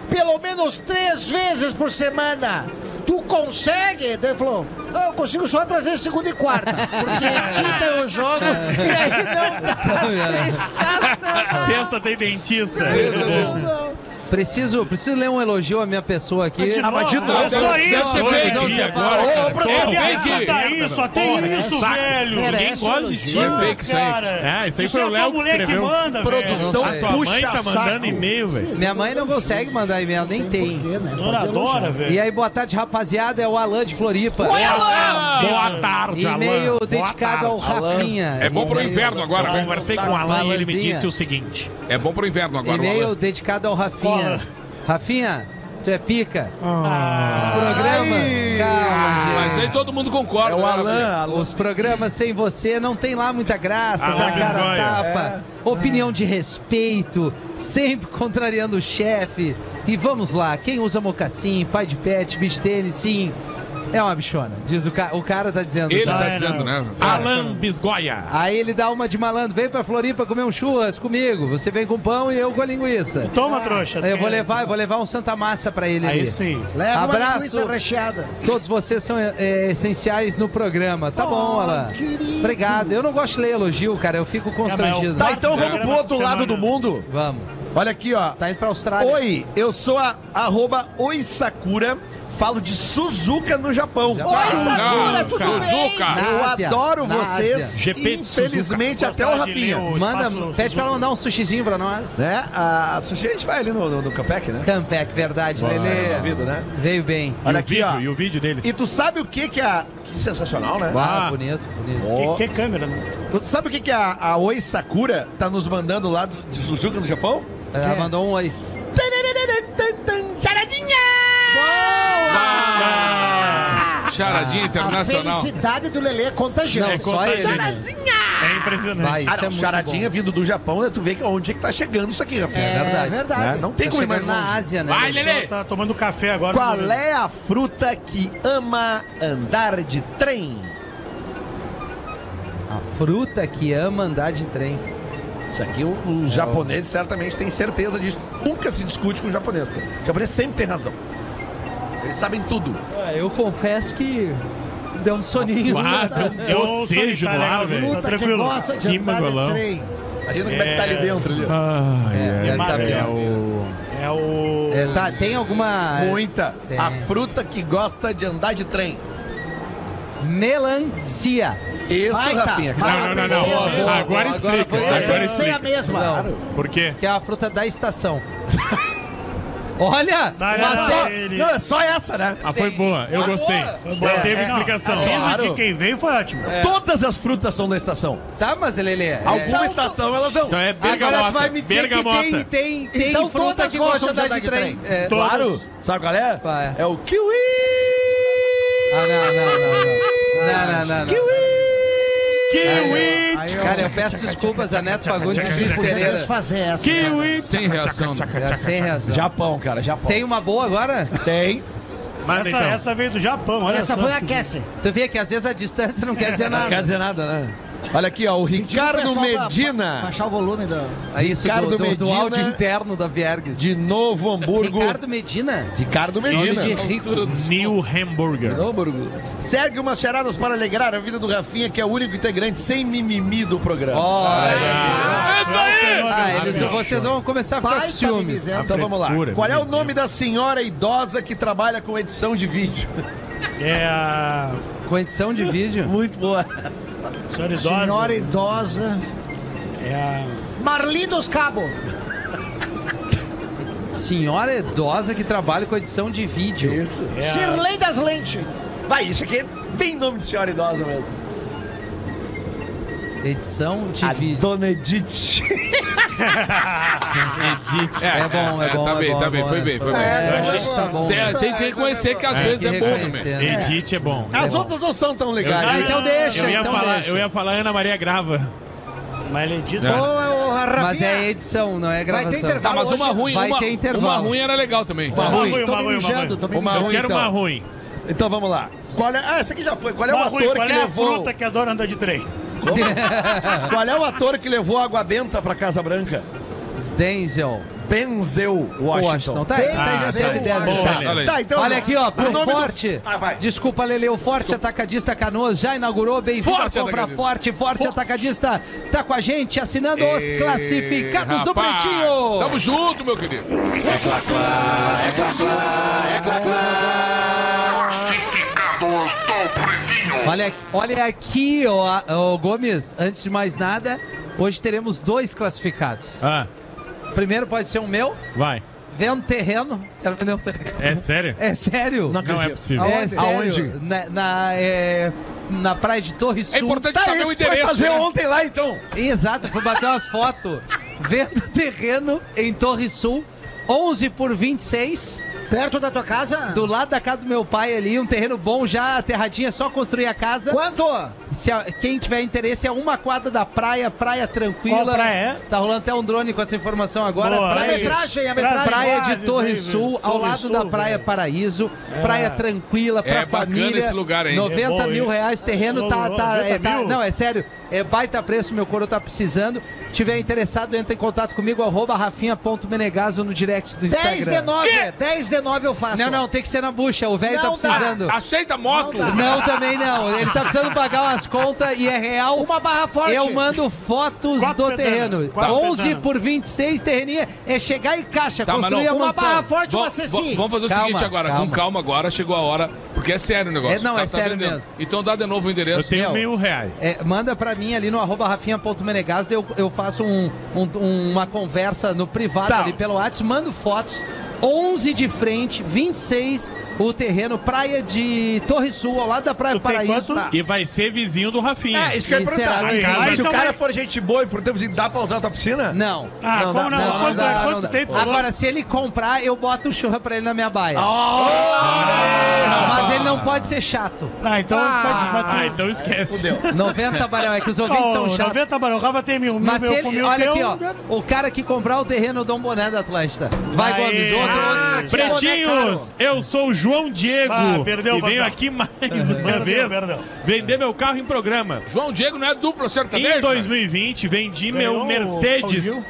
Speaker 8: pelo menos três vezes por semana. Tu consegue? Ele falou: "Ah, Eu consigo só trazer segunda e quarta. Porque
Speaker 6: [laughs]
Speaker 8: quinta eu jogo e aí não dá.
Speaker 7: Sexta tem dentista.
Speaker 8: Não, não.
Speaker 5: Preciso, preciso ler um elogio à minha pessoa aqui.
Speaker 7: Ah, mas de novo?
Speaker 6: Não,
Speaker 7: É só
Speaker 6: deve
Speaker 7: isso,
Speaker 6: ser
Speaker 7: velho.
Speaker 6: fake
Speaker 7: Dia
Speaker 6: agora, cara.
Speaker 7: Ô, Bruno,
Speaker 6: É
Speaker 7: olha
Speaker 6: fake.
Speaker 7: só, tá isso, só tem isso, velho.
Speaker 10: Ninguém gosta de ti,
Speaker 6: elogio.
Speaker 7: Ah,
Speaker 6: fake isso aí.
Speaker 7: cara.
Speaker 10: É, isso aí
Speaker 7: é
Speaker 10: foi o
Speaker 7: tua
Speaker 10: Léo que
Speaker 7: mulher que
Speaker 10: escreveu.
Speaker 7: manda, velho.
Speaker 4: Produção
Speaker 5: velho.
Speaker 10: Tua mãe
Speaker 4: puxa
Speaker 10: tá mandando
Speaker 4: saco.
Speaker 10: e-mail, velho.
Speaker 5: Minha mãe não consegue mandar e-mail, nem tem.
Speaker 7: Dona Dora, velho.
Speaker 5: E aí, boa tarde, rapaziada. É o Alan de Floripa.
Speaker 7: Ah.
Speaker 10: Boa tarde, Alan.
Speaker 5: E-mail
Speaker 10: Boa
Speaker 5: dedicado ao
Speaker 10: tarde.
Speaker 5: Rafinha.
Speaker 6: É bom pro
Speaker 5: E-mail-
Speaker 6: inverno agora,
Speaker 10: Eu
Speaker 6: né?
Speaker 10: conversei com o Alan e ele me
Speaker 5: Alanzinha.
Speaker 10: disse o seguinte.
Speaker 6: É bom pro inverno agora. o
Speaker 5: E-mail
Speaker 6: Alan.
Speaker 5: dedicado ao Rafinha.
Speaker 7: Cola.
Speaker 5: Rafinha, tu é pica. Os programas. Calma,
Speaker 6: Ah, Mas
Speaker 5: gente.
Speaker 6: aí todo mundo concorda.
Speaker 4: É o
Speaker 6: né,
Speaker 4: Alan.
Speaker 6: Rafinha?
Speaker 4: Alan.
Speaker 5: Os programas sem você não tem lá muita graça,
Speaker 10: Alan
Speaker 5: dá cara a
Speaker 10: Bisgoia.
Speaker 5: tapa, opinião de respeito, sempre contrariando o chefe. E vamos lá, quem usa mocassim, pai de pet, beach tênis, sim, É uma bichona. Diz o, ca... o cara tá dizendo.
Speaker 6: Ele tá dizendo, né?
Speaker 10: Alan Bisgoia.
Speaker 5: Aí ele dá uma de malandro. Vem pra Floripa comer um churras comigo. Você vem com pão e eu com a linguiça.
Speaker 7: Toma, trouxa.
Speaker 5: Eu vou levar, eu vou levar um Santa Massa pra ele
Speaker 7: Aí
Speaker 5: ali.
Speaker 7: sim.
Speaker 8: Leva uma
Speaker 5: Abraço.
Speaker 8: linguiça recheada.
Speaker 5: Todos vocês são é, essenciais no programa. Tá
Speaker 4: Oh,
Speaker 5: bom, Alan.
Speaker 8: querido.
Speaker 5: Obrigado. Eu não gosto de ler elogio, cara. Eu fico constrangido.
Speaker 4: Tá, então vamos pro outro lado do mundo.
Speaker 5: Vamos.
Speaker 4: Olha aqui, ó.
Speaker 5: Tá indo pra Austrália.
Speaker 4: Oi, eu sou a arroba Oi Sakura. Falo de Suzuka no Japão.
Speaker 5: Já-
Speaker 4: Oi,
Speaker 6: Não,
Speaker 4: Sakura, tudo
Speaker 6: cara.
Speaker 4: bem?
Speaker 6: Suzuka.
Speaker 4: Eu
Speaker 5: Na Ásia,
Speaker 4: adoro
Speaker 5: na
Speaker 4: vocês.
Speaker 5: Ásia.
Speaker 10: GP de Suzuka.
Speaker 4: Infelizmente, até o Rafinha.
Speaker 5: Manda, pede pra ela mandar um sushizinho pra nós.
Speaker 4: Né? A, a sujeira a gente vai ali no, no, no Campec, né?
Speaker 5: Campec, verdade,
Speaker 4: Na
Speaker 5: Lelê.
Speaker 4: vida, né?
Speaker 5: Veio bem.
Speaker 10: E o,
Speaker 4: Olha aqui,
Speaker 10: vídeo,
Speaker 4: ó.
Speaker 10: e o vídeo dele.
Speaker 4: E tu sabe o que que é a... Que sensacional, né?
Speaker 5: Uau,
Speaker 10: Ah.
Speaker 5: bonito, bonito.
Speaker 4: Ó,
Speaker 7: Que, que câmera, né?
Speaker 4: tu sabe o que que a, a Oi Sakura tá nos mandando lá do- de Suzuka no Japão?
Speaker 5: Ela mandou um oi.
Speaker 4: Charadinha!
Speaker 5: Ah,
Speaker 6: Charadinha
Speaker 8: A
Speaker 6: internacional.
Speaker 8: felicidade do Lelê é
Speaker 5: Não,
Speaker 8: contagiante.
Speaker 5: só ele. né?
Speaker 10: É impressionante.
Speaker 5: Vai, isso
Speaker 4: Ah, não,
Speaker 5: é muito
Speaker 4: charadinha vindo do Japão, né? Tu vê que- onde é que tá chegando isso aqui, Rafinha.
Speaker 5: É verdade.
Speaker 8: É verdade.
Speaker 4: Né? Não
Speaker 5: bom.
Speaker 4: tem
Speaker 5: Tá
Speaker 4: como ir mais
Speaker 5: chegando na
Speaker 4: longe.
Speaker 5: Ásia, né?
Speaker 10: Vai,
Speaker 5: Lelê?
Speaker 10: Lelê!
Speaker 7: Tá tomando café agora.
Speaker 4: Qual é a fruta que ama andar de trem?
Speaker 5: A fruta que ama andar de trem.
Speaker 4: Isso aqui o- os japoneses certamente têm certeza disso. Nunca se discute com o japonês, cara. O japonês sempre tem razão. Eles sabem tudo.
Speaker 5: Ah, eu confesso que deu um soninho.
Speaker 10: Ah, deu
Speaker 7: Eu
Speaker 10: um bocejo
Speaker 7: sou
Speaker 10: no ar,
Speaker 7: italiano,
Speaker 10: velho.
Speaker 7: Tá
Speaker 8: Puta que
Speaker 7: tranquilo.
Speaker 8: gosta de
Speaker 10: Que
Speaker 8: andar
Speaker 10: mangolão.
Speaker 8: de trem.
Speaker 4: Imagina como é que tá ali
Speaker 7: É.
Speaker 4: dentro ali. ó.
Speaker 10: Ai,
Speaker 5: É,
Speaker 10: ai,
Speaker 5: deve tá
Speaker 10: ai,
Speaker 5: bem.
Speaker 10: é o-
Speaker 7: É o.
Speaker 5: É, tá, tem alguma.
Speaker 4: Muita.
Speaker 5: tem.
Speaker 4: A fruta que gosta de andar de trem.
Speaker 5: Melancia.
Speaker 4: Isso,
Speaker 8: Vai, tá.
Speaker 4: Rafinha.
Speaker 8: Vai.
Speaker 10: Não, não, não, não.
Speaker 8: Boa, boa.
Speaker 10: Agora explica.
Speaker 5: foi-
Speaker 8: Eu
Speaker 10: Agora
Speaker 8: pensei a
Speaker 10: explica.
Speaker 8: mesma.
Speaker 5: Não,
Speaker 10: Por quê?
Speaker 5: que é a fruta da estação. [laughs] Olha!
Speaker 7: Vai, vai,
Speaker 5: mas só-
Speaker 7: vai. Ele-
Speaker 4: Não, é só essa, né?
Speaker 10: Ah, foi boa. Eu
Speaker 5: Agora.
Speaker 10: gostei.
Speaker 7: Foi boa.
Speaker 10: Teve
Speaker 7: É,
Speaker 10: explicação.
Speaker 7: não,
Speaker 4: Claro. É,
Speaker 7: De quem veio foi ótimo.
Speaker 4: Todas as frutas são da estação.
Speaker 5: Tá, mas Lelê. é-
Speaker 4: Alguma estação elas não.
Speaker 10: Então é
Speaker 5: Agora
Speaker 10: bergamota.
Speaker 5: tu vai me dizer
Speaker 10: bergamota.
Speaker 5: que tem, tem, tem
Speaker 4: Então
Speaker 5: fruta
Speaker 4: todas
Speaker 5: que gosta de
Speaker 4: gostam de
Speaker 5: andar de trem. É,
Speaker 4: Claro.
Speaker 7: Todas.
Speaker 4: Sabe qual é?
Speaker 5: Qual é?
Speaker 4: É o kiwi!
Speaker 5: Ah, não, não, não, não. Não, não, não. não.
Speaker 10: Kiwi!
Speaker 5: Cara, eu peço desculpas a Neto Fagundes e Luiz
Speaker 8: Podia
Speaker 5: Pereira.
Speaker 8: desfazer essa.
Speaker 10: Kiwi!
Speaker 6: Sem reação.
Speaker 5: É, sem razão.
Speaker 4: Japão, cara, Japão.
Speaker 5: Tem uma boa agora?
Speaker 4: [laughs] Tem.
Speaker 10: Manda
Speaker 7: Essa,
Speaker 10: então.
Speaker 7: essa veio do Japão, olha
Speaker 8: Essa
Speaker 7: só.
Speaker 8: foi a Cassie.
Speaker 5: Tu vê que às vezes a distância não quer dizer
Speaker 4: Não quer
Speaker 5: nada.
Speaker 4: dizer nada, né? Olha aqui, ó, o Ricardo Medina,
Speaker 8: Baixar o volume da.
Speaker 5: É isso
Speaker 4: Ricardo
Speaker 5: do, do, do
Speaker 4: Medina.
Speaker 5: áudio interno da Viergues.
Speaker 4: de Novo Hamburgo.
Speaker 5: Ricardo Medina?
Speaker 4: Ricardo
Speaker 5: Nome
Speaker 4: Medina.
Speaker 5: de rico.
Speaker 10: New Hamburger.
Speaker 4: Novo Hamburgo. Segue umas charadas para alegrar a vida do Rafinha, que é o único integrante sem mimimi do programa.
Speaker 5: Olha.
Speaker 7: Fenômeno.
Speaker 5: Ah, eles, vocês vão começar a ficar com
Speaker 8: Vai, tá me
Speaker 5: ciúmes.
Speaker 8: dizendo.
Speaker 4: Então vamos lá.
Speaker 10: frescura,
Speaker 4: Qual é o
Speaker 10: beleza.
Speaker 4: nome da senhora idosa que trabalha com edição
Speaker 5: [laughs]
Speaker 4: de vídeo?
Speaker 7: É a
Speaker 5: Condição de vídeo.
Speaker 4: Muito boa.
Speaker 7: senhora idosa.
Speaker 8: Senhora idosa.
Speaker 7: É a...
Speaker 8: Marli dos Cabo.
Speaker 5: Senhora idosa que trabalha com edição de vídeo.
Speaker 4: Isso.
Speaker 7: É a...
Speaker 8: Shirley das Lentes.
Speaker 4: Vai, isso aqui é bem nome de senhora idosa mesmo.
Speaker 5: Edição de vídeo.
Speaker 4: Dona Edith.
Speaker 10: Edith.
Speaker 5: É bom, é bom.
Speaker 6: Tá
Speaker 5: é
Speaker 6: bem,
Speaker 5: bom,
Speaker 6: tá
Speaker 5: é
Speaker 6: bem,
Speaker 5: bom,
Speaker 6: foi
Speaker 5: é
Speaker 6: bem,
Speaker 5: bom.
Speaker 6: foi bem.
Speaker 5: Tá bom.
Speaker 6: Tem- Tem que reconhecer que às
Speaker 5: Tem
Speaker 6: vezes
Speaker 5: que
Speaker 6: é bom
Speaker 5: reconhecer,
Speaker 6: também.
Speaker 5: né?
Speaker 10: Edith é bom.
Speaker 4: As
Speaker 10: É bom.
Speaker 4: outras não são tão
Speaker 10: Eu
Speaker 4: legais.
Speaker 10: ia-
Speaker 5: Ah, então deixa,
Speaker 10: eu ia
Speaker 5: então
Speaker 10: falar,
Speaker 5: deixa.
Speaker 10: Eu ia falar Ana Maria Grava.
Speaker 7: Mas ele diz...
Speaker 8: Ô, ô, Rafinha.
Speaker 5: Mas é edição, não é gravação.
Speaker 8: intervalo.
Speaker 6: Tá, mas uma ruim,
Speaker 5: Vai
Speaker 6: uma,
Speaker 5: ter intervalo.
Speaker 6: uma ruim era legal também.
Speaker 4: Tá
Speaker 7: Uma ruim,
Speaker 8: Tô
Speaker 7: uma
Speaker 8: me
Speaker 7: ruim, uma
Speaker 8: mijando,
Speaker 7: ruim.
Speaker 8: tô me
Speaker 4: Uma
Speaker 8: mijando.
Speaker 4: ruim,
Speaker 10: eu quero
Speaker 4: então.
Speaker 10: uma ruim.
Speaker 4: Então vamos lá. Qual é... Ah, essa aqui já foi. Qual
Speaker 3: um
Speaker 4: é o
Speaker 7: Uma ruim,
Speaker 4: ator
Speaker 7: Qual
Speaker 4: que
Speaker 7: é a
Speaker 4: levou...
Speaker 7: fruta que adora andar de trem?
Speaker 4: [laughs] Qual é o ator que levou a Água Benta pra Casa Branca?
Speaker 5: Denzel
Speaker 4: Benzel Washington.
Speaker 5: Washington. Tá, isso aí já
Speaker 8: Denzel
Speaker 5: teve 10
Speaker 10: Washington.
Speaker 5: já.
Speaker 6: Olha aí.
Speaker 4: Tá, então...
Speaker 5: Olha aqui, ó,
Speaker 4: O
Speaker 5: pro
Speaker 4: nome do-
Speaker 5: Forte.
Speaker 4: Ah, vai.
Speaker 5: Desculpa, Lele, o Forte Atacadista Canoas já inaugurou. Bem-vindo à
Speaker 6: Forte
Speaker 5: compra
Speaker 6: Atacadista.
Speaker 5: Forte, Forte Atacadista. Tá com a gente assinando os classificados do
Speaker 6: É, rapaz,
Speaker 5: Pretinho.
Speaker 6: Tamo junto, meu querido. É
Speaker 5: Olha, olha aqui, ó, ó, Gomes, antes de mais nada, hoje teremos dois classificados.
Speaker 10: Ah,
Speaker 5: Primeiro pode ser o meu,
Speaker 10: vai.
Speaker 5: vendo terreno. Quero vender um terreno.
Speaker 10: É sério?
Speaker 5: É sério?
Speaker 10: Não, é possível.
Speaker 5: É
Speaker 8: Aonde?
Speaker 5: sério.
Speaker 4: Aonde?
Speaker 5: Na, na, é, na praia de Torre Sul.
Speaker 6: É importante
Speaker 4: Tá,
Speaker 6: saber
Speaker 4: isso
Speaker 6: o
Speaker 4: que tu vai
Speaker 6: endereço.
Speaker 4: fazer
Speaker 6: né?
Speaker 4: ontem lá, então.
Speaker 5: Exato, fui bater umas fotos. Vendo terreno em Torre Sul, 11 por 26.
Speaker 8: Perto da tua casa?
Speaker 5: Do lado da casa do meu pai ali, um terreno bom já, terradinha, é só construir a casa.
Speaker 8: Quanto?
Speaker 5: Se a- quem tiver interesse é uma quadra da praia, praia tranquila.
Speaker 7: Qual praia é?
Speaker 5: Tá rolando até um drone com essa informação agora.
Speaker 7: Boa,
Speaker 8: A
Speaker 5: praia
Speaker 7: aí.
Speaker 5: de
Speaker 8: metragem, a
Speaker 7: Traz
Speaker 8: metragem.
Speaker 5: Praia
Speaker 7: Imagens
Speaker 5: de Torre
Speaker 7: aí,
Speaker 5: Sul,
Speaker 7: velho.
Speaker 5: ao
Speaker 7: Torre
Speaker 5: lado
Speaker 7: Sul,
Speaker 5: da Praia
Speaker 7: velho.
Speaker 5: Praíso. Praia tranquila pra
Speaker 6: É bacana
Speaker 5: família.
Speaker 6: esse lugar, hein?
Speaker 5: 90
Speaker 7: É bom,
Speaker 5: mil
Speaker 7: hein?
Speaker 5: reais, terreno
Speaker 7: Só
Speaker 5: tá, tá,
Speaker 7: 90
Speaker 5: é, tá-
Speaker 7: mil?
Speaker 5: Não, é sério. É baita preço, meu coro tá precisando. Tiver interessado, entra em contato comigo, arroba rafinha.menegaso no direct do
Speaker 8: 10
Speaker 5: Instagram.
Speaker 8: de 9. 10 de 9 eu faço.
Speaker 5: Não, não, tem que ser na bucha, o velho tá
Speaker 8: Não dá. Ah,
Speaker 5: precisando.
Speaker 6: Aceita moto?
Speaker 8: Não dá.
Speaker 5: Não, também não. Ele tá precisando pagar umas contas e é real.
Speaker 8: Uma barra forte.
Speaker 5: Eu mando fotos
Speaker 7: Quatro
Speaker 5: do
Speaker 7: pedanas.
Speaker 5: terreno.
Speaker 7: Quatro
Speaker 5: 11
Speaker 7: pedanas.
Speaker 5: por 26, terreninha. É chegar em caixa,
Speaker 6: Tá, mas
Speaker 5: construir
Speaker 6: não.
Speaker 5: a
Speaker 8: Uma
Speaker 5: mansão.
Speaker 8: barra forte, uma
Speaker 6: Vam-
Speaker 8: ceci.
Speaker 6: vam- Vamos fazer o
Speaker 5: Calma,
Speaker 6: seguinte agora,
Speaker 5: calma.
Speaker 6: com calma agora, chegou a hora, porque é sério o negócio.
Speaker 5: É, não,
Speaker 6: Tá-
Speaker 5: é
Speaker 6: tá
Speaker 5: sério
Speaker 6: vendendo.
Speaker 5: mesmo.
Speaker 6: Então dá de novo o
Speaker 10: Eu
Speaker 6: endereço.
Speaker 10: tenho
Speaker 5: Meu.
Speaker 10: mil reais.
Speaker 5: É, manda pra mim ali no arroba rafinha.menegasdo, eu, eu faço um- um- uma conversa no privado
Speaker 4: Tá.
Speaker 5: ali pelo WhatsApp, mando fotos, 11 de frente, 26, o terreno, praia de Torre Sul, ao lado da Praia
Speaker 7: Tu tem
Speaker 5: Paraíso.
Speaker 7: quanto?
Speaker 5: Tá.
Speaker 10: E vai ser vizinho do Rafinha.
Speaker 4: É, isso que eu ia
Speaker 5: Isso era
Speaker 4: perguntar.
Speaker 5: vizinho.
Speaker 4: Mas
Speaker 7: Mas
Speaker 4: se o
Speaker 7: também-
Speaker 4: cara for gente boa e for tempo dá pra usar a tua piscina?
Speaker 5: Não.
Speaker 7: Ah,
Speaker 4: Não,
Speaker 7: como não?
Speaker 5: Não,
Speaker 4: dá-
Speaker 5: não
Speaker 7: Quanto,
Speaker 5: dá, não
Speaker 7: quanto
Speaker 5: dá.
Speaker 7: tempo?
Speaker 5: Agora, se ele comprar, eu boto o churra pra ele na minha baia. Mas ele não pode ser chato.
Speaker 7: Ah, então pode
Speaker 10: Ah,
Speaker 7: bater.
Speaker 10: então esquece.
Speaker 5: 90 barão, é que os ouvintes
Speaker 7: Ó,
Speaker 5: são chatos.
Speaker 7: 90 barão, o Rafa tem mil, mil,
Speaker 5: Mas
Speaker 7: meu,
Speaker 5: se
Speaker 7: com
Speaker 5: ele.
Speaker 7: mil
Speaker 5: Olha
Speaker 7: teu,
Speaker 5: aqui, ó. O cara que comprar o terreno Dom Boné da Atlântida. Vai,
Speaker 7: Aê.
Speaker 5: Gomes. Outro,
Speaker 7: Ah,
Speaker 5: outro.
Speaker 10: Pretinhos, eu sou o João Diego
Speaker 7: Ah, perdeu,
Speaker 10: e venho
Speaker 7: Bandão.
Speaker 10: aqui mais uma
Speaker 7: Perdeu,
Speaker 10: vez
Speaker 7: perdeu.
Speaker 10: vender meu carro em programa.
Speaker 6: João Diego não é duplo sertanejo?
Speaker 10: Em 2020 vendi
Speaker 7: Ganhou
Speaker 10: meu
Speaker 7: o-
Speaker 10: Mercedes.
Speaker 7: o Gil.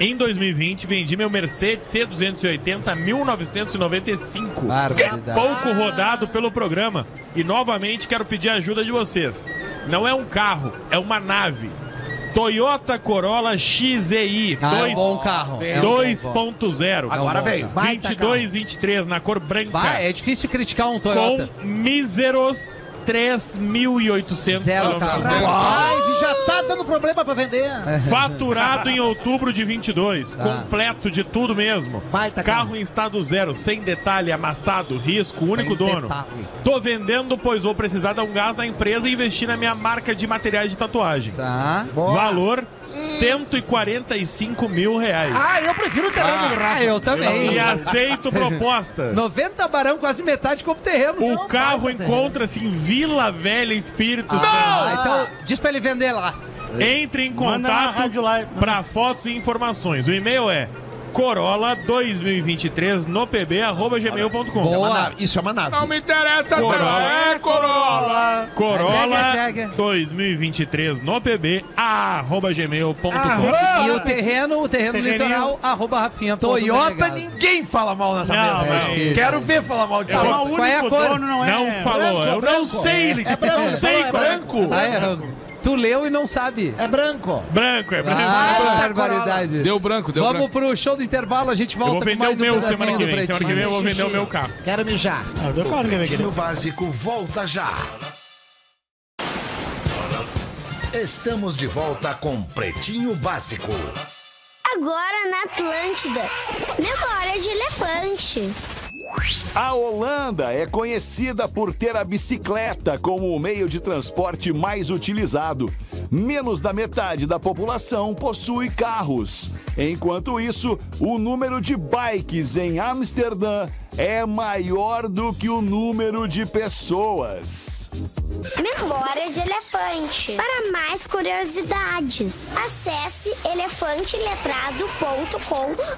Speaker 10: Em 2020 vendi meu Mercedes C280 1995.
Speaker 5: Barbaridade.
Speaker 10: É Pouco rodado pelo programa. E novamente quero pedir a ajuda de vocês. Não é um carro, é uma nave. Toyota Corolla XEI
Speaker 5: Ah, é um
Speaker 10: dois-
Speaker 5: bom carro. É um É bom, bom.
Speaker 10: 2.0.
Speaker 4: Agora
Speaker 5: Não,
Speaker 4: veio.
Speaker 8: Baita
Speaker 10: 22, 23, na cor branca.
Speaker 5: Vai, é difícil criticar um Toyota.
Speaker 10: com míseros 3.800
Speaker 5: Zero
Speaker 10: quilômetros.
Speaker 5: carro.
Speaker 8: Rapaz, e já tá dando problema pra vender.
Speaker 10: Faturado em outubro de 22. Completo de tudo mesmo.
Speaker 8: Ah. Baita
Speaker 10: carro,
Speaker 8: carro.
Speaker 10: em estado zero, sem detalhe, amassado, risco, único
Speaker 5: Sem
Speaker 10: dono.
Speaker 5: é detalhe.
Speaker 10: Tô vendendo, pois vou precisar dar um gás na empresa e investir na minha marca de materiais de tatuagem.
Speaker 5: Tá.
Speaker 10: Valor: 145 mil reais.
Speaker 8: Ah, eu prefiro o terreno do
Speaker 5: Ah,
Speaker 8: Rafa.
Speaker 5: eu também.
Speaker 8: [laughs]
Speaker 10: E aceito propostas.
Speaker 5: 90 barão, quase metade como terreno.
Speaker 10: O
Speaker 8: Não,
Speaker 10: carro
Speaker 8: vai, vai,
Speaker 10: encontra-se em Vila Velha Espírito
Speaker 5: Ah,
Speaker 10: Santo.
Speaker 5: então diz pra ele vender lá.
Speaker 10: Entre em
Speaker 7: Manda na
Speaker 10: contato
Speaker 7: rádio lá.
Speaker 10: para fotos e informações. O e-mail é corolla 2023 no pb@gmail.com.
Speaker 5: Boa.
Speaker 4: Isso é uma nave.
Speaker 6: Não me interessa,
Speaker 10: Corolla.
Speaker 6: não. É Corolla.
Speaker 10: Corolla
Speaker 5: Chega, chega.
Speaker 10: 2023 no pb@gmail.com.
Speaker 7: Ah,
Speaker 5: E o
Speaker 7: mas-
Speaker 5: terreno, o terreno
Speaker 7: Terreninho.
Speaker 5: litoral, arroba Rafinha.
Speaker 4: Toyota, ninguém fala mal nessa
Speaker 7: Não,
Speaker 4: mesa.
Speaker 7: mas-
Speaker 4: Não. Quero ver falar mal de
Speaker 10: Eu-
Speaker 7: Não,
Speaker 4: Toyota.
Speaker 7: o
Speaker 5: Qual é a
Speaker 7: único
Speaker 5: cor?
Speaker 7: dono não é.
Speaker 10: Não falou, eu não sei, Lidia,
Speaker 8: branco,
Speaker 10: não sei
Speaker 8: é
Speaker 10: qual é.
Speaker 8: branco.
Speaker 5: Ah, é, tu leu e não sabe.
Speaker 8: É branco.
Speaker 10: Branco, é branco.
Speaker 5: Ah,
Speaker 8: Corolla.
Speaker 5: barbaridade.
Speaker 6: Deu branco, deu
Speaker 5: Vamos
Speaker 6: branco.
Speaker 5: pro show do intervalo, a gente
Speaker 10: Eu vou
Speaker 5: volta com
Speaker 10: vender o
Speaker 5: mais um
Speaker 10: meu
Speaker 5: pedacinho
Speaker 10: semana que
Speaker 5: do
Speaker 10: vem. Semana que
Speaker 5: Pretinho.
Speaker 10: vem eu vou vender o meu carro.
Speaker 8: Quero mijar.
Speaker 7: Ah, eu claro que vai querer.
Speaker 2: básico volta já. Estamos de volta com Pretinho Básico.
Speaker 11: Agora na Atlântida. Memória de elefante.
Speaker 1: A Holanda é conhecida por ter a bicicleta como o meio de transporte mais utilizado. Menos da metade da população possui carros. Enquanto isso, o número de bikes em Amsterdã é maior do que o número de pessoas.
Speaker 11: Memória de elefante. Para mais curiosidades, acesse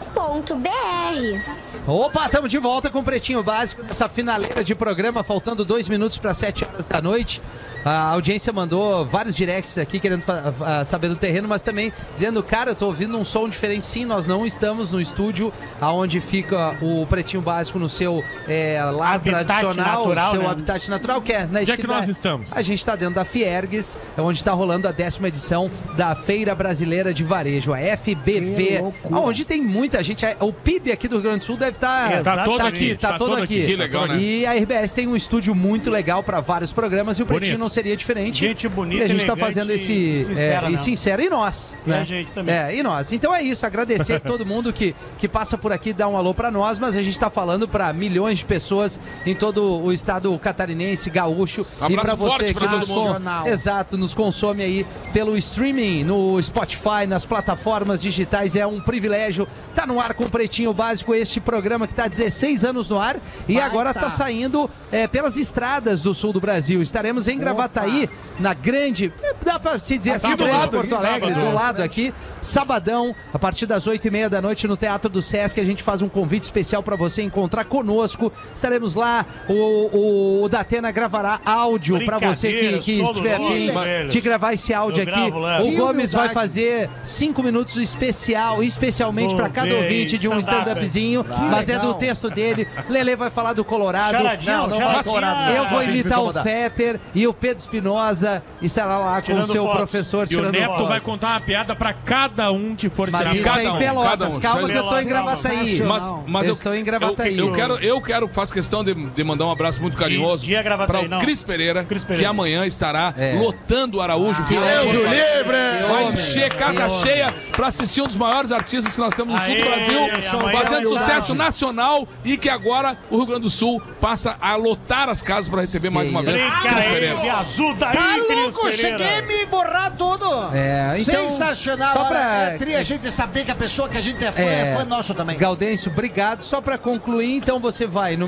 Speaker 11: elefanteletrado.com.br.
Speaker 5: Opa, estamos de volta com o Pretinho Básico nessa finaleira de programa, faltando dois minutos para sete horas da noite. A audiência mandou vários directs aqui querendo fa- fa- saber do terreno, mas também dizendo, cara, eu tô ouvindo um som diferente. Sim, nós não estamos no estúdio aonde fica o Pretinho Básico no seu eh, lar
Speaker 7: Habitat
Speaker 5: tradicional,
Speaker 7: natural,
Speaker 5: seu
Speaker 7: né?
Speaker 5: habitat natural, que é na
Speaker 10: Onde é que
Speaker 5: esquina-
Speaker 10: nós estamos?
Speaker 5: A gente está dentro da Fiergues, é onde está rolando a décima edição da Feira Brasileira de Varejo, a
Speaker 9: Que
Speaker 5: FBV,
Speaker 9: loucura.
Speaker 5: onde tem muita gente. é, O PIB aqui do Rio Grande do Sul deve estar
Speaker 7: É,
Speaker 10: Tá todo
Speaker 7: Exatamente.
Speaker 10: aqui,
Speaker 5: tá, todo aqui.
Speaker 6: Que legal, né?
Speaker 5: E a RBS tem um estúdio muito legal pra vários programas e o
Speaker 10: Bonito.
Speaker 5: Pretinho não seria diferente.
Speaker 7: Gente bonita,
Speaker 5: E a gente tá
Speaker 7: elegante
Speaker 5: fazendo esse.
Speaker 7: e sincera,
Speaker 5: é, e
Speaker 7: né?
Speaker 5: sincera, e nós.
Speaker 7: E
Speaker 5: né?
Speaker 7: a gente também.
Speaker 5: É, e nós. Então é isso. Agradecer a todo mundo que, que passa por aqui, dá um alô pra nós, mas a gente tá falando para milhões de pessoas em todo o estado catarinense, gaúcho. e
Speaker 6: Abraço
Speaker 5: para você
Speaker 6: forte pra
Speaker 5: que
Speaker 6: todo
Speaker 5: nos
Speaker 6: mundo.
Speaker 5: con- Exato, nos consome aí pelo streaming, no Spotify, nas plataformas digitais. É um privilégio. Tá no ar com o Pretinho Básico, este programa que tá há 16 anos no ar e
Speaker 12: Baita.
Speaker 5: agora tá saindo é, pelas estradas do sul do Brasil. Estaremos em Gravataí, na grande. é, Dá para se dizer
Speaker 12: Aqui
Speaker 5: assim,
Speaker 12: do
Speaker 5: grande
Speaker 12: lado,
Speaker 5: Porto
Speaker 12: aqui,
Speaker 5: Alegre,
Speaker 12: sábado.
Speaker 5: do
Speaker 12: É.
Speaker 5: lado lado aqui, sabadão, a partir das oito e meia da noite no Teatro do Sesc, a gente faz um convite especial para você encontrar conosco. Estaremos lá, o, o, o Datena gravará áudio para você que, que
Speaker 7: Brincadeira,
Speaker 5: estiver
Speaker 7: somos
Speaker 5: afim
Speaker 7: nós, velho.
Speaker 5: de gravar esse
Speaker 7: Eu
Speaker 5: áudio aqui.
Speaker 7: gravo lá.
Speaker 5: O
Speaker 7: Que
Speaker 5: Gomes vai
Speaker 7: humildade.
Speaker 5: fazer cinco minutos especial, especialmente
Speaker 7: Vou
Speaker 5: para cada
Speaker 7: ver,
Speaker 5: ouvinte de um
Speaker 7: stand-up,
Speaker 5: stand-upzinho,
Speaker 7: hein? Que
Speaker 5: mas é
Speaker 7: legal.
Speaker 5: do texto dele. Lele vai falar do Colorado.
Speaker 7: Charadinho,
Speaker 5: Não, não vai
Speaker 7: charadinho.
Speaker 5: Colorado. Eu vou
Speaker 7: Rapidinho,
Speaker 5: imitar o
Speaker 7: incomodar.
Speaker 5: Fetter e o Pedro Espinosa estará lá com o
Speaker 10: Tirando
Speaker 5: seu
Speaker 10: fotos.
Speaker 5: professor
Speaker 10: E o
Speaker 5: tirando
Speaker 10: Neto
Speaker 5: fotos.
Speaker 10: vai contar uma piada pra cada um que for
Speaker 5: Mas
Speaker 10: tirar
Speaker 5: isso
Speaker 10: cada
Speaker 5: aí,
Speaker 10: um,
Speaker 5: Pelotas,
Speaker 10: cada um.
Speaker 5: calma que eu tô em Gravataí.
Speaker 6: Mas, mas
Speaker 5: Eu estou em Gravataí.
Speaker 6: Eu, eu quero, eu quero, faço questão de, de mandar um abraço muito carinhoso
Speaker 7: dia
Speaker 6: para
Speaker 7: Gravataí,
Speaker 6: o
Speaker 7: não.
Speaker 6: Cris Pereira, que
Speaker 7: Pereira.
Speaker 6: amanhã estará lotando o Araújo.
Speaker 7: Ah,
Speaker 6: Que
Speaker 7: Deus
Speaker 6: é-
Speaker 7: o livre!
Speaker 6: Vai
Speaker 7: Que
Speaker 6: encher
Speaker 7: homem,
Speaker 6: casa
Speaker 7: que homem.
Speaker 6: cheia para assistir um dos maiores artistas que nós temos no sul
Speaker 7: Aê,
Speaker 6: do Brasil,
Speaker 7: amanhã é
Speaker 6: fazendo
Speaker 7: o
Speaker 6: sucesso
Speaker 7: Lázaro.
Speaker 6: nacional e que agora o Rio Grande do Sul passa a lotar as casas para receber mais uma vez Cris Pereira.
Speaker 7: Ah, Me ajuda aí,
Speaker 8: Tá
Speaker 7: Cris
Speaker 8: louco,
Speaker 7: Pereira.
Speaker 8: cheguei a me borrar tudo.
Speaker 5: É, então,
Speaker 8: Sensacional.
Speaker 5: só
Speaker 8: Olha,
Speaker 5: pra-
Speaker 8: É tri a gente saber que a pessoa que a gente é fã é, fã nosso também.
Speaker 5: Gaudêncio, obrigado. Só para concluir, então você vai no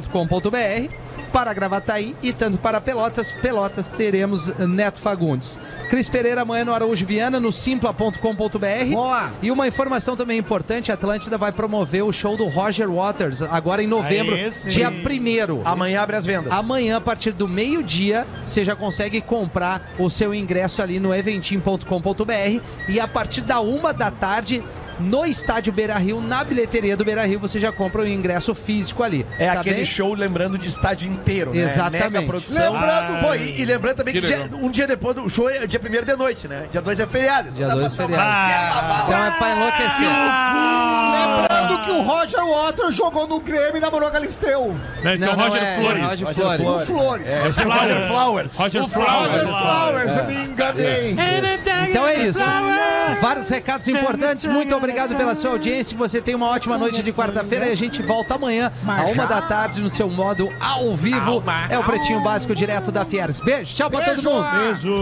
Speaker 5: minhaentrada.com.br para Gravataí e tanto para Pelotas, Pelotas teremos Neto Fagundes. Cris Pereira amanhã no Araújo Viana, no simpla.com.br.
Speaker 8: Boa.
Speaker 5: E uma informação também importante, a Atlântida vai promover o show do Roger Waters agora em novembro,
Speaker 4: Aí sim.
Speaker 5: dia 1
Speaker 4: Amanhã abre as vendas.
Speaker 5: Amanhã, a partir do meio-dia, você já consegue comprar o seu ingresso ali no eventim.com.br e a partir da uma da tarde. No estádio Beira Rio, na bilheteria do Beira Rio, você já compra o ingresso físico ali.
Speaker 4: É
Speaker 5: tá
Speaker 4: aquele
Speaker 5: bem?
Speaker 4: show lembrando de estádio inteiro, né?
Speaker 5: Exatamente.
Speaker 4: Mega produção. Lembrando,
Speaker 5: Ai.
Speaker 4: pô, e, e lembrando também que,
Speaker 5: Que
Speaker 4: dia-
Speaker 5: legal.
Speaker 4: um dia depois do show é dia 1 de noite, né? Dia 2 é feriado.
Speaker 5: Dia
Speaker 4: Dá pra
Speaker 5: dois
Speaker 4: tomar
Speaker 5: feriado.
Speaker 7: Ah,
Speaker 4: aquela
Speaker 5: tá Então é pra enlouquecer.
Speaker 8: Ah. Lembrando que o Roger Waters jogou no Grêmio e namorou com a Galisteu.
Speaker 10: Não, esse é o Roger Flores.
Speaker 8: Roger Flores. O Flores.
Speaker 10: É, esse é o Roger Flowers.
Speaker 8: O Roger
Speaker 4: é.
Speaker 8: Flowers, eu me enganei.
Speaker 5: Então é isso. Vários recados importantes. Muito obrigado pela sua audiência. Que você tenha uma ótima noite de quarta-feira. E a gente volta amanhã, à uma da tarde, no seu modo ao vivo. É o Pretinho Básico direto da Fieres. Beijo, tchau pra todo mundo.
Speaker 7: Beijo.